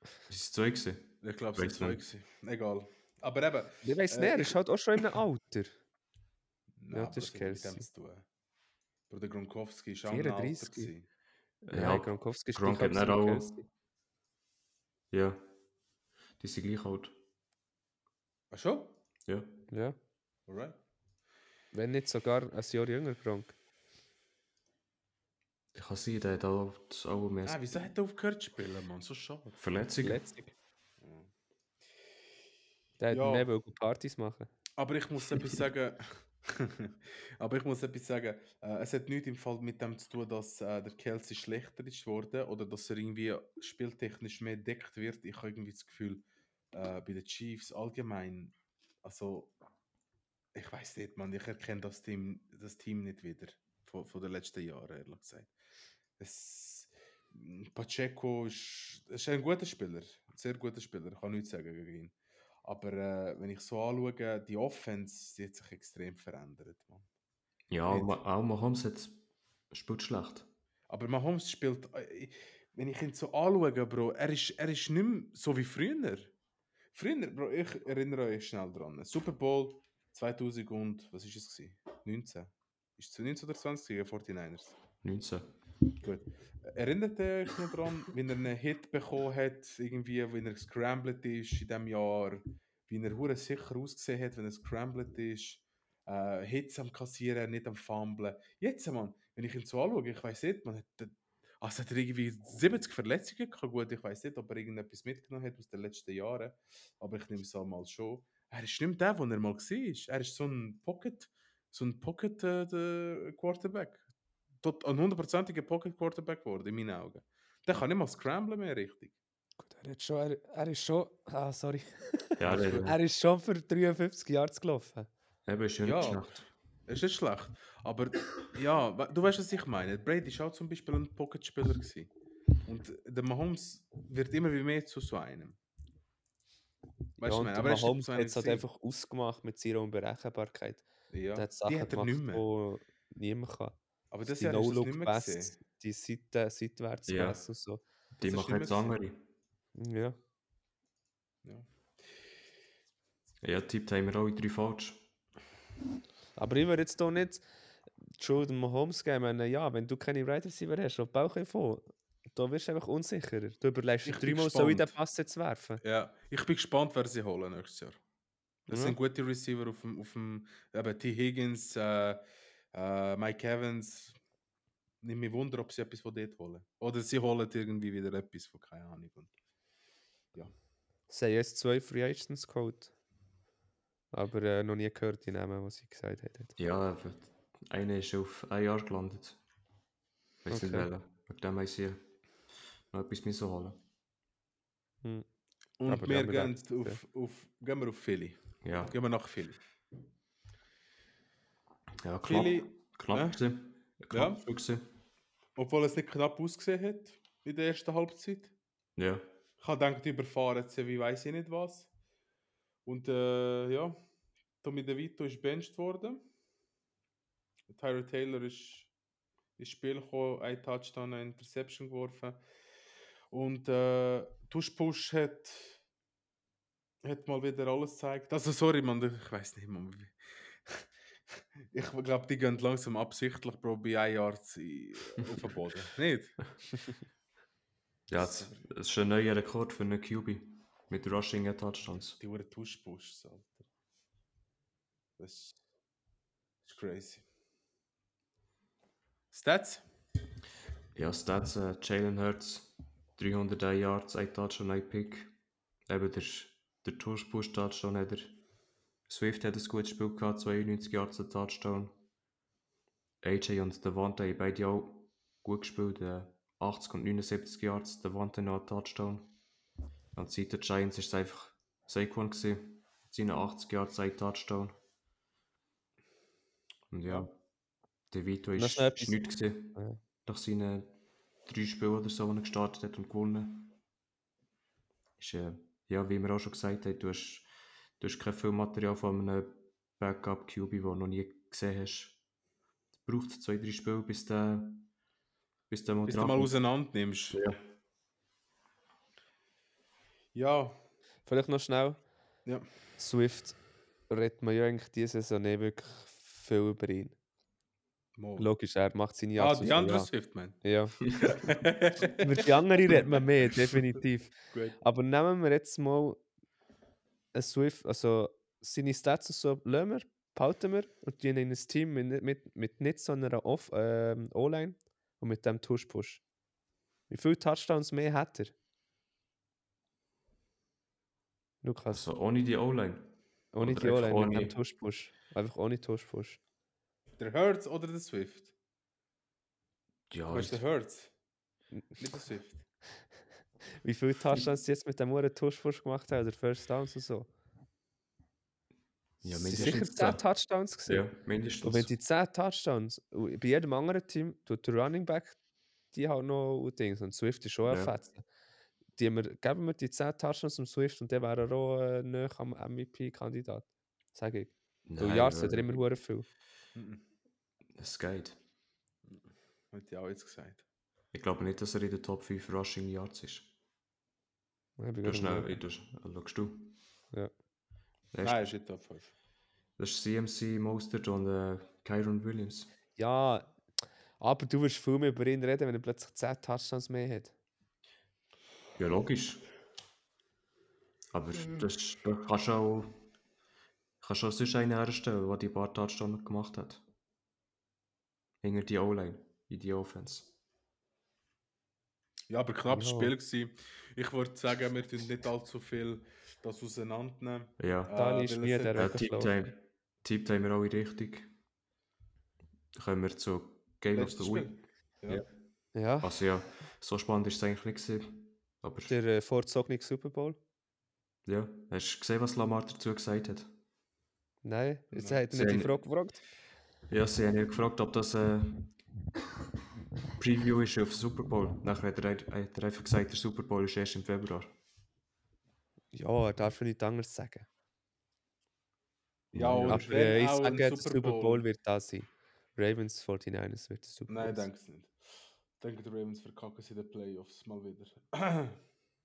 B: Das ist zwei gewesen.
C: Ich glaube, es
B: Weiß
C: sind zwei.
B: nicht.
C: Gewesen. Egal. Aber eben.
A: Ich weiß
C: Äh,
A: nicht, er ist halt auch schon in einem Alter.
C: Nein,
A: das ist
C: aber hat mit dem
A: Kelsey.
C: zu tun. Bruder Gronkowski ist auch ein Alter
A: 34.
C: gewesen.
A: Ja, Gronkowski ist
B: Gronk
A: gleich
B: hat nicht
A: alt wie
B: auch-
A: Kelsey.
B: ja. Die sind gleich alt.
C: Ach Ah, schon?
B: Ja.
A: Ja,
C: Alright.
A: wenn nicht sogar ein Jahr jünger, Gronk.
B: Ich kann sehen, der hat auch das Album
C: Ah,
B: erst
C: wieso hat er aufgehört zu spielen, Mann? So schade.
B: Verletzungen.
A: Letztlich. Der hat
C: Ja.
A: mehr wollen Partys machen.
C: Aber ich muss etwas sagen. Aber ich muss etwas sagen. Äh, es hat nichts im Fall mit dem zu tun, dass äh, der Kelsey schlechter ist geworden oder dass er irgendwie spieltechnisch mehr deckt wird. Ich habe irgendwie das Gefühl, äh, bei den Chiefs allgemein, also ich weiß nicht, man, ich erkenne das Team, das Team nicht wieder von, von den letzten Jahren, ehrlich gesagt. Es, Pacheco ist, ist ein guter Spieler, ein sehr guter Spieler, ich kann nichts sagen gegen ihn. Aber äh, wenn ich so anschaue, die Offense die hat sich extrem verändert. Mann.
B: Ja,
C: Nicht.
B: auch auch Mahomes hat spielt schlecht.
C: Aber Mahomes spielt, äh, ich- wenn ich ihn so anschaue, Bro, er ist, er ist nicht mehr so wie früher. Früher, Bro, ich erinnere euch schnell dran. Super Bowl 2000 und, was ist es? Gewesen? 19. Ist es 19 oder 20 gegen 49ers?
B: 19.
C: Gut. Erinnert ihr euch noch daran, wenn er einen Hit bekommen hat, irgendwie, wenn er gescrambled ist in diesem Jahr, wie er hure sicher ausgesehen hat, wenn er scrambled ist, äh, Hits am Kassieren, nicht am Fumblen. Jetzt, Mann, wenn ich ihn so anschaue, ich weiß nicht, man hat, also hat er irgendwie 70 Verletzungen gehabt, gut, ich weiß nicht, ob er irgendetwas mitgenommen hat aus den letzten Jahren, aber ich nehme es einmal schon. Er ist nicht mehr der, wo er mal war. Er ist so ein Pocket, so ein Pocket äh, der Quarterback tot ein hundertprozentiger Pocket Quarterback geworden, in meinen Augen. Der kann nicht mal scramblen mehr richtig.
A: Gut, er, hat schon, er, er ist schon. Ah, sorry.
B: Ja,
C: Das ist
B: der
A: Er ist schon für 53 Yards gelaufen.
B: eben ist
C: Ja.
B: ja. schlecht.
C: Das ist nicht schlecht. Aber ja, we- du weißt, was ich meine. Brady war auch zum Beispiel ein Pocket-Spieler. gewesen. Und der Mahomes wird immer wie mehr zu so einem. Weißt
A: ja,
C: du,
A: und
C: meine,
A: der
C: aber er ist
A: Mahomes
C: so
A: hat
C: einer
A: es halt
C: gewesen.
A: einfach ausgemacht mit seiner Unberechenbarkeit.
C: ja.
A: Der hat
C: die
A: Sachen
C: hat er nicht
A: gemacht,
C: mehr.
A: die niemand kann.
C: Aber das
A: die
C: Jahr ist das nicht mehr
A: No-Look-Pass,
C: gesehen.
A: die Seite, seitwärts
B: Ja.
A: Pass und so.
B: Die
C: ist
B: machen
C: nicht
B: jetzt
C: mehr
B: andere.
A: Ja.
B: Ja, tippt haben wir alle drei falsch.
A: Aber ich würde jetzt hier nicht die Schuld dem Mahomes geben. Ich meine, ja, wenn du keine Wide Receiver hast, und Bauch vor, da wirst du einfach unsicherer. Du überlegst dir
C: Ich bin
A: dreimal, soll ich den
C: gespannt.
A: Pass jetzt werfen?
C: Ja, ich bin gespannt, wer sie holen nächstes Jahr. Das
A: Ja.
C: sind gute Receiver auf dem, auf dem eben T. Higgins, äh, äh, Mike Evans. Nicht mehr wunder, ob sie etwas von dort holen. Oder sie holen irgendwie wieder etwas von keine Ahnung. Und
A: Es haben jetzt zwei Free Agents geholt. Aber äh, noch nie gehört die Namen, die sie gesagt haben.
B: Ja, eben. einer ist auf ein Jahr gelandet. Weiß nicht
A: Okay.
B: welcher. Wegen dem haben sie noch etwas müssen holen.
C: und
A: Aber die
C: wir
A: anderen
C: gehen
A: hat's nicht
C: auf, auf, gehen wir auf Philly.
B: Ja,
C: Gehen wir nach Philly.
B: ja knapp.
C: Philly,
B: Knapp gewesen. Knapp Spiel gewesen.
C: obwohl es nicht knapp ausgesehen hat in der ersten Halbzeit.
B: Ja.
C: Ich habe gedacht, die überfahren sie, wie weiß ich nicht was. Und äh, ja, Tommy DeVito ist benched worden. Tyra Taylor ist ins Spiel gekommen, ein Touchdown, eine Interception geworfen. Und äh, Tush Push hat, hat mal wieder alles gezeigt. Also, sorry, man, ich weiß nicht, man. Ich glaube, die gehen langsam absichtlich pro bei einem Jahr zu- auf den Boden. nicht?
B: Ja, es es ist ein neuer Rekord für einen QB. Mit Rushing and Touchdowns.
C: Die Uhren Tuschbuschs, Alter. Das ist, das ist crazy. Stats?
B: Ja, Stats, äh, Jalen Hurts, 301 Yards, ein Touchdown, ein Pick. Eben der, der Tuschpush-Touchdown hat er. Swift hat ein gutes Spiel gehabt, 92 Yards, ein Touchdown. AJ und Devante haben beide auch gut gespielt, äh, 80 und 79 Yards, Devante noch ein Touchdown. An der Seite der Giants war es einfach Saquon, gewesen, mit seinen 80 Yards, ein Touchdown. Und ja, DeVito
A: Noch
B: ist,
A: schnell
B: ist
A: etwas- Ah,
B: nichts gewesen
A: Ja.
B: nach seinen drei Spielen oder so, die er gestartet hat und gewonnen. Ist, äh, ja, wie wir auch schon gesagt haben, du hast, du hast kein viel Material von einem Backup QB, den du noch nie gesehen hast. Es braucht zwei, drei Spiele, bis der, bis der mal
C: Bis du
B: dran
C: mal
B: kommt.
C: auseinander nimmst.
B: Ja.
C: Ja,
A: Vielleicht noch schnell.
C: Ja.
A: Swift redet man ja eigentlich diese Saison nicht wirklich viel über ihn.
C: mal.
A: Logisch, er macht seine
C: Ah,
A: Abschlüsse,
C: die andere Swift, man.
A: Ja. ja. über die andere redet man mehr, definitiv.
C: Gut.
A: Aber nehmen wir jetzt mal ein Swift, also seine Stats und so lassen wir, behalten wir und die in ein Team mit, mit, mit nicht so einer Off- ähm, O-Line und mit dem Tush-Push. Wie viele Touchdowns mehr hat er? Lukas,
B: Also ohne die O-Line.
A: ohne
B: oder
A: die
B: einfach
A: O-Line, mit
B: ohne-
A: dem Tush-Push. Einfach ohne Tush-Push.
C: Der Hertz oder der Swift?
B: Ja,
C: Du hast den
B: ich,
C: Hertz. Nicht der Swift.
A: Wie viele Touchdowns sie jetzt mit dem Uhren Tush-Push gemacht haben oder First Downs und so?
B: ja
A: Es sind sicher
B: mindestens.
A: 10
B: zehn.
A: Touchdowns gesehen.
B: Ja, mindestens.
A: Und wenn die 10 Touchdowns, und bei jedem anderen Team tut der Running Back die halt noch und Dings. Und Swift ist schon ein
B: Ja.
A: Fetzen. Die haben wir, geben wir die 10 Touchdowns zum Swift und der wäre er auch äh, näher am MVP-Kandidat. Sag ich. Du
B: Nein, äh,
A: Yards hat
B: ja,
A: er immer hure viel.
C: Mhm.
B: Es geht.
C: Hätte ich auch jetzt gesagt.
B: Ich glaube nicht, dass er in der Top 5 Rushing Yards ist.
A: Ja, bin
B: Du
A: gerade am
B: schnell,
A: Schauen.
B: ich- du schaust du.
A: genau. Ja.
B: Das ist,
C: Nein, ist nicht Top 5.
B: das ist CMC, Mostert und äh, Kyron Williams.
A: ja, aber du wirst viel mehr über ihn reden, wenn er plötzlich 10 Touchdowns mehr hat.
B: Ja, logisch. Aber
C: Mhm.
B: das, da kannst du auch, kannst du auch sonst einen herstellen, der die paar Touchdowns gemacht hat. Hinter die O-Line, in die Offense.
C: Ja, aber knappes
A: Ja.
C: Spiel gewesen. Ich würde sagen, wir tun nicht allzu viel das auseinandernehmen. Äh,
B: Ja, äh,
A: Dani
C: weil
A: ist
C: es
A: müde,
C: hat-
A: er
B: ja
A: wird schlafen.
B: Teamtime. Teamtime wir alle richtig. Dann kommen wir zu Game
C: Letztes
B: of the Week.
C: Spiel. Ja.
A: Ja,
B: Also ja, so spannend ist es eigentlich nicht gewesen. Aber
A: der äh, vorzogene Super Bowl.
B: ja, hast du gesehen, was Lamar dazu gesagt hat?
A: Nein, jetzt
C: Nein.
A: hat er nicht die
B: Sehr-
A: Frage gefragt.
B: Ja, sie haben ja gefragt, ob das äh, Preview ist auf den Super Bowl. Nachher hat er, ein- hat er einfach gesagt, der Super Bowl ist erst im Februar.
A: Ja, er darf ja nichts anderes sagen.
C: Ja, und
A: Aber
C: wenn
A: äh, ich
C: auch
A: sage,
C: ein
A: der Super Bowl wird da sein. Ravens 49ers wird der Super Bowl.
C: Nein,
A: sein.
C: denke es nicht. Ich denke, die Ravens verkacken sie in den Playoffs mal wieder.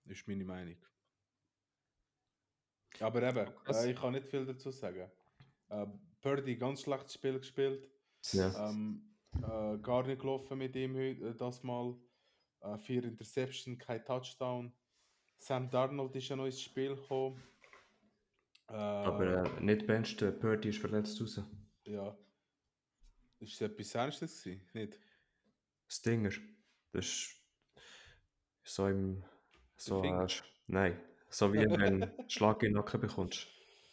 C: ist meine Meinung. Aber eben,
A: krass.
C: äh, ich kann nicht viel dazu sagen. Äh, Purdy, ganz schlechtes Spiel gespielt.
B: Ja.
C: Ähm, äh, gar nicht gelaufen mit ihm heute, äh, das Mal. Äh, vier Interception, kein Touchdown. Sam Darnold ist ja noch ins Spiel gekommen. Äh,
B: Aber äh, nicht bencht, der Purdy ist verletzt raus.
C: ja. Ist das etwas Ernstes gewesen? Nicht?
B: Stinger. Das ist so im. So,
C: Der Finger.
B: äh, sch- nein, so wie wenn du einen Schlag in den Nacken bekommst.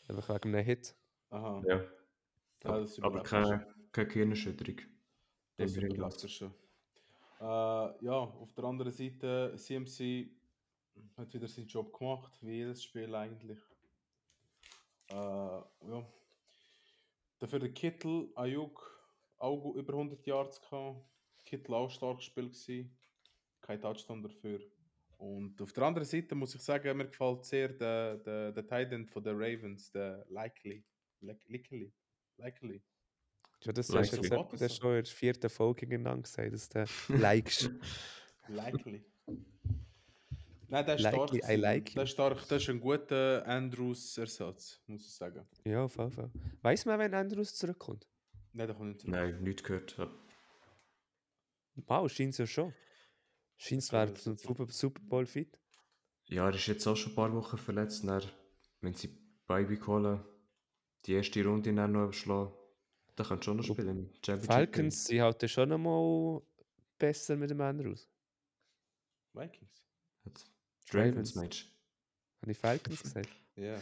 A: Einfach wegen einem Hit.
C: Aha.
B: äh, Ja.
C: Ja,
B: Aber,
C: das
B: aber
C: überlebt er schon.
B: keine, keine Gehirnerschütterung.
C: Das
B: Im Ring
C: überlebt er schon. Äh, ja, auf der anderen Seite, CMC hat wieder seinen Job gemacht, wie jedes Spiel eigentlich. Äh, ja. Dafür der Kittel, Ayuk, auch gut über 100 Yards gehabt. Kittel auch stark gespielt gewesen. Kein Touchdown dafür. Und auf der anderen Seite muss ich sagen, mir gefällt sehr der, der, der Titan von den Ravens, der Likely. Like- Likely. Likely.
A: Ja, das
B: Likes
A: hast du jetzt
B: to
A: etwa-
C: Watson.
A: das schon in der vierten Folge gegeneinander gesagt, dass der likes.
C: Likely. Nein, der ist
A: Likely,
C: stark.
A: I
C: gewesen.
A: like
C: der ist stark. Das ist ein guter Andrews-Ersatz, muss ich sagen.
A: ja, auf jeden Fall. Weiß man, wenn Andrews zurückkommt?
C: Nein, der kommt nicht zurück.
B: Nein, nichts gehört. Ja.
A: Wow, scheint es ja schon. Scheint es
C: Okay,
A: wäre
C: das sind
A: zum
C: so-
A: Super, Super Bowl fit.
B: Ja, er ist jetzt auch schon ein paar Wochen verletzt. Dann, wenn sie Baby holen, die erste Runde dann noch schlagen, dann können sie schon noch
A: Ob-
B: spielen. im Championship
A: Falcons sind halt dann schon einmal besser mit dem Andrews.
C: Vikings.
B: Game. Jetzt- Ravens
A: Ravens.
B: Match.
A: Habe ich Falcons gesagt?
C: Ja.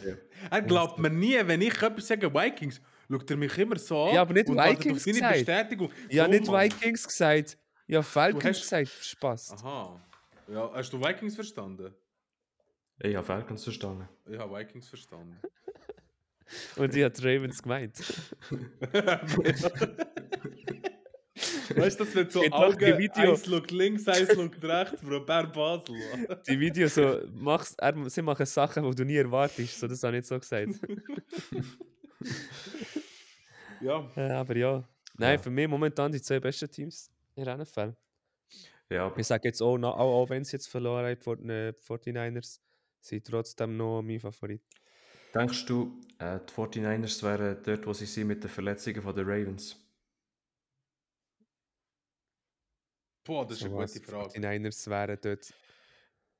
C: Er glaubt mir nie, wenn ich etwas sage, Vikings, schaut er mich immer so an.
A: Ja, aber nicht
C: und wartet
A: Vikings
C: Auf seine
A: gesagt.
C: Bestätigung.
A: Ja,
C: So,
A: nicht
C: Mann.
A: Vikings gesagt. Ja, Falcons
C: hast-
A: gesagt. Spaß.
C: Aha. Ja, hast du Vikings verstanden?
B: Ich habe Falcons verstanden.
C: Ich habe Vikings verstanden.
A: Und die hat Ravens gemeint.
C: weißt du, das wird so
A: Geht doch die
C: Augen,
A: Video.
C: eins schaut links, eins schaut rechts, Bro, Bär Basel.
A: die Videos so, machst, er, sie machen Sachen, die du nie erwartest. So, das habe ich jetzt so gesagt.
C: Ja.
A: Äh, aber ja. Nein,
B: Ja.
A: für mich momentan die zwei besten Teams in der NFL.
B: Ja, aber
A: Ich sage jetzt auch, noch- auch, auch wenn sie jetzt verloren haben, vor den äh, 49ers, sind trotzdem noch mein Favorit.
B: denkst du, äh, die 49ers wären dort, wo sie sind mit den Verletzungen von den Ravens?
C: Boah, das ist eine
A: Sowas.
C: gute Frage.
A: Die Niners wären dort.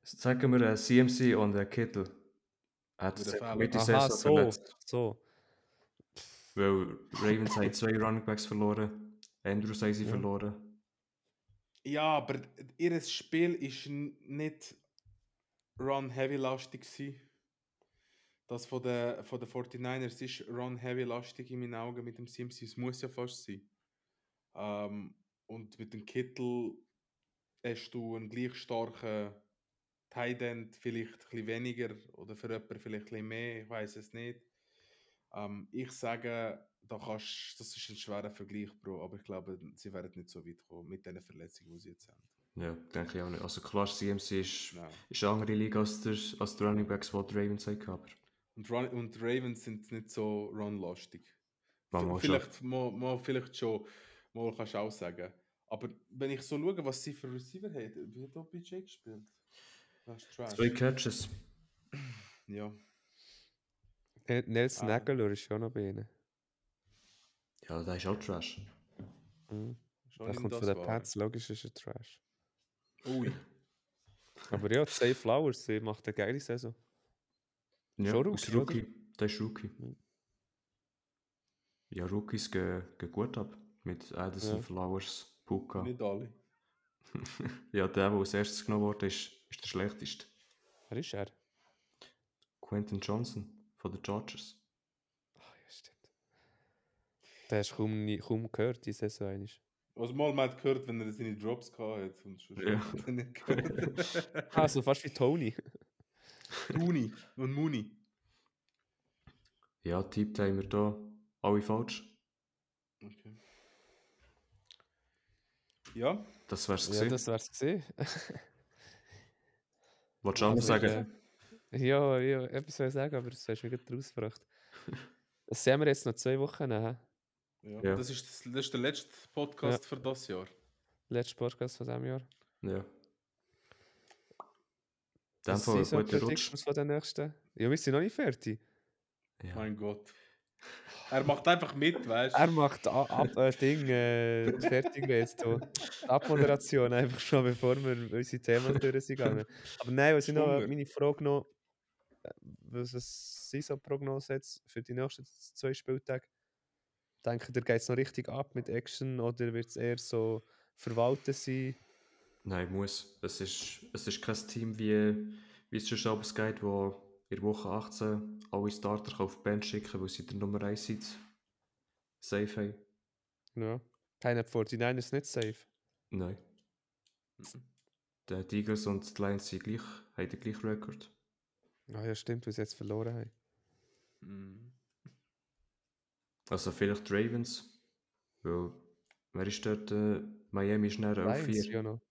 B: Sagen wir äh, CMC und äh, Kittel. Er hat
C: Würde
B: sich
C: fehlen.
B: mit der
A: Aha,
B: Saison
A: so.
B: verletzt.
A: so.
B: Weil Ravens haben zwei Running Backs verloren. Andrews haben sie
A: Ja.
B: verloren.
C: Ja, aber ihr Spiel war nicht run-heavy-lastig. gsi. Das von den von der 49ers ist run-heavy-lastig in meinen Augen mit dem CMC. Es muss ja fast sein. Ähm, und mit dem Kittel hast du einen gleich starken Tight End, vielleicht ein bisschen weniger oder für jemanden vielleicht ein bisschen mehr, ich weiß es nicht. Ähm, ich sage, da kannst, das ist ein schwerer Vergleich, Bro, aber ich glaube, sie werden nicht so weit kommen mit den Verletzungen, die sie jetzt haben.
B: Ja, denke ich auch nicht. Also klar, CMC ist,
C: Nein.
B: ist eine andere Liga als, der, als die Running Backs, die die Ravens haben. Aber
C: Und, Run und Ravens sind nicht so runlastig.
B: man
C: V-
B: muss schon.
C: Vielleicht, mal, mal, vielleicht schon, mal kannst du auch sagen. Aber wenn ich so schaue, was sie für Receiver haben, wie hat OBJ gespielt? Das ist trash.
B: Zwei Catches.
C: Ja.
A: N- Nelson
C: Ah.
A: Aguilar Ne, ist schon noch bei ihnen.
B: Ja, der ist auch Trash.
A: Mhm.
C: Schon
A: Das
C: in
A: kommt
C: das
A: von den
C: Wahl.
A: Pats, logisch ist er Trash.
C: Ui.
A: Aber ja, Safe Flowers, sie macht eine geile Saison.
B: Ja,
A: Schon
B: als
A: Rookie,
B: Rookie. Der ist Rookie.
A: Mhm.
B: Ja, Rookies gehen, gehen gut ab. Mit Addison
A: Ja.
B: Flowers, Puka.
C: Nicht alle.
B: Ja, der, der als erstes genommen wurde, ist, ist der schlechteste.
A: Wer ist er?
B: Quentin Johnson von den Chargers.
A: Ach Ah, ja, stimmt. Den hast du kaum, nie- kaum gehört, die Saison eigentlich.
C: Also mal man hat gehört, wenn er seine Drops gehabt hat. Und schon
B: Ja.
C: hat er nicht gehört.
A: Ah, so fast wie Tony.
C: Tuni und Muni.
B: Ja, tippt haben wir da alle falsch.
C: Okay. Ja.
B: Das wär's
A: ja,
B: gesehen.
A: das wär's gesehen.
B: Wolltest du auch noch
A: Also,
B: sagen?
A: äh, Ja, ja, etwas soll ich sagen, aber das hast du mir gerade rausgebracht. Das sehen wir jetzt noch zwei Wochen ne? nach.
C: Ja.
B: Ja.
C: Das, ist das, das ist der letzte Podcast für das Jahr.
A: Letzter Podcast von diesem Jahr.
B: Ja. In dem
A: Das
B: Fall ein
A: sind so
B: guter Rutsch.
A: Predictions von den nächsten. Ja, wir sind noch nicht fertig.
B: Ja.
C: Mein Gott. Er macht einfach mit, weißt
A: Er macht a- ab äh, Ding äh, fertig jetzt hier. Die Abmoderation einfach schon, bevor wir unsere Themen durch sind gegangen. Aber nein, was ich noch
C: Schwunger.
A: meine Frage noch, äh, was ist Saisonprognose jetzt für die nächsten z- zwei Spieltage? Denkt ihr, geht es noch richtig ab mit Action oder wird es eher so verwalten sein?
B: Nein, muss. Es ist, es ist kein Team wie, wie es schon abends geht, wo in der Woche 18 alle Starter auf die Band schicken, weil sie der Nummer 1 sind. Safe haben.
A: Ja. Keiner vor, die Nein ist nicht safe.
B: Nein. Die Eagles und die Lions sind gleich, haben den gleichen Rekord.
A: Ah ja, stimmt, weil sie jetzt verloren haben.
C: du? Mhm.
B: Also vielleicht die Ravens. Weil, wer ist dort? Äh, Miami ist näher
A: Lions,
B: auf 4.
A: ja noch.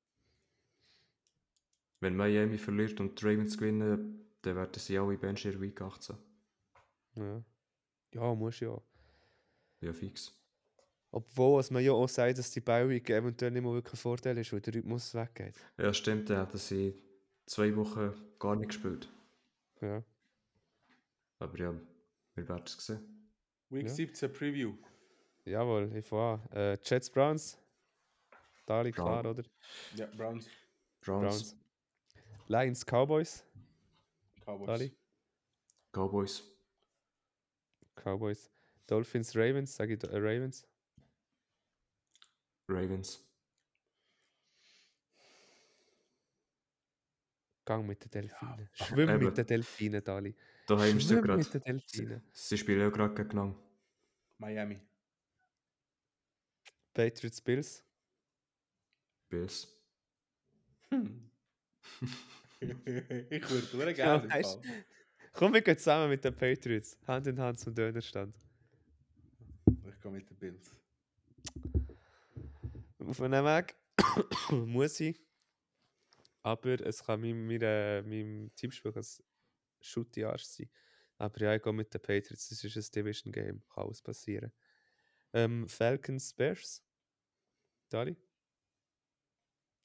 B: Wenn Miami verliert und die Ravens gewinnen, dann werden sie alle Bench in der Week 18.
A: Ja, ja muss ja.
B: Ja, fix.
A: Obwohl was man ja auch sagt, dass die Bauweek eventuell nicht mal wirklich ein Vorteil ist, weil der Rhythmus weggeht.
B: Ja, stimmt, dann hätten sie zwei Wochen gar nicht gespielt.
A: Ja.
B: Aber ja, wir werden es sehen.
C: Week
A: Ja.
C: 17 Preview.
A: Jawohl, ich fahre an. Äh, Jets Browns. Da liegt
B: Brown-
A: klar, oder?
C: Ja, Browns,
B: Browns,
A: Browns. Lions Cowboys.
C: Cowboys.
A: Dali.
B: Cowboys,
A: Cowboys. Dolphins Ravens, sage ich Do- äh, Ravens.
B: Ravens.
A: Gang mit den Delfinen. Schwimm
B: eben.
A: mit den Delfinen, Dali.
B: Da haben wir es ja
A: Schwimm mit den
B: gerade.
A: Delfinen.
B: Sie spielen ja gerade gegeneinander.
C: Miami.
A: Patriots Bills.
B: Bills.
C: ich würde sehr
A: Ja,
C: gerne. im
A: weißt-
C: Fall.
A: Komm, wir gehen zusammen mit den Patriots. Hand in Hand zum Dönerstand.
C: ich gehe mit den Bills.
A: Auf einem Weg muss ich. Aber es kann meinem, mir, äh, meinem Teamspiel ein Schutt in den Arsch sein. Aber ja, ich gehe mit den Patriots. Es ist ein Division Game. Kann alles passieren. Ähm, Falcons, Bears. Dali?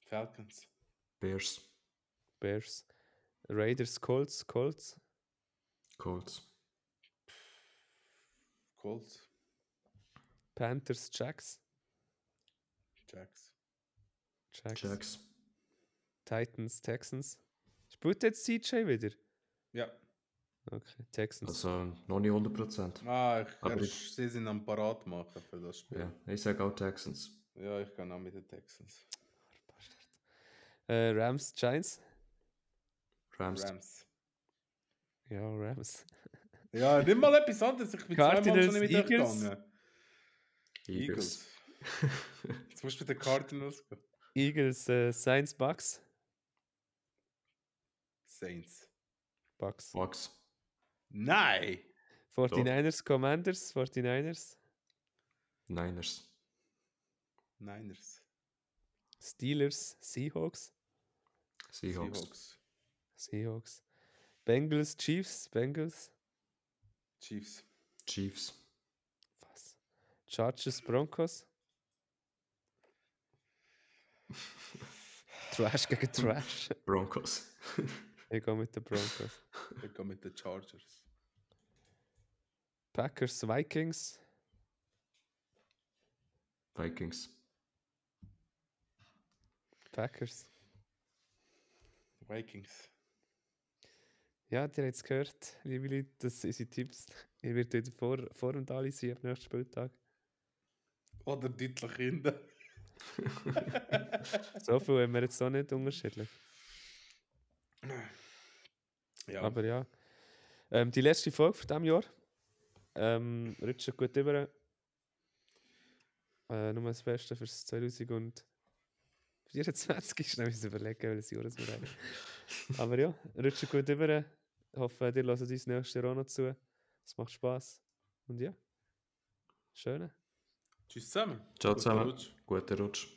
C: Falcons.
B: Bears,
A: Bears. Raiders, Colts, Colts.
B: Colts,
C: Colts.
A: Panthers, Jacks.
C: Jacks.
A: Jacks.
B: Jacks,
A: Titans, Texans. Spielt jetzt CJ wieder?
C: Ja.
A: Okay, Texans.
B: also noch nicht 100%.
C: Ah, ich,
B: Aber
C: er
B: ich-
C: ist- sie sind am Parat machen für das Spiel.
B: Ja, ich sage auch Texans.
C: Ja, ich kann auch mit den Texans.
A: Bastard. Äh, Rams, Giants.
B: Rams,
C: Rams.
A: Ja, Rams.
C: Ja, nimm mal etwas anderes. Ich bin zweimal
A: Cardinals,
C: schon nicht mit euch
A: Eagles.
C: gegangen.
B: Eagles.
C: Eagles. Jetzt musst du mit den Cardinals gehen.
A: Eagles, äh, Saints, Bucks.
C: Saints.
A: Bucks.
B: Bucks,
C: Nein!
A: 49ers, Commanders, 49ers.
B: Niners,
C: Niners.
A: Steelers, Seahawks.
B: Seahawks,
C: Seahawks.
A: Seahawks. Bengals, Chiefs, Bengals.
C: Chiefs.
B: Chiefs,
A: Was? Chargers, Broncos. Trash gegen Trash.
B: Broncos,
A: Ich gehe mit den Broncos.
C: Ich gehe mit den Chargers.
A: Packers, Vikings.
B: Vikings,
A: Packers.
C: Vikings.
A: Ja, ihr habt es gehört, liebe Leute, das sind unsere Tipps. Ihr werdet wieder vor, vor dem Dali sein am nächsten Spieltag.
C: Oder deutlich hinten.
A: So viel haben wir jetzt auch nicht unterschiedlich.
C: Ja.
A: Aber ja. Ähm, die letzte Folge von diesem Jahr. Ähm, rutscht gut über. Äh, nur das Beste für 2024 schnell uns überlegen, welches Jahr es wir haben. Aber ja, rutscht gut über. Ich hoffe, ihr hört uns nächstes Jahr auch noch zu. Es macht Spass. Und ja, schöne.
C: Tschüss zusammen.
B: Ciao
C: Guten
B: zusammen.
C: Rutsch.
B: Guter Rutsch.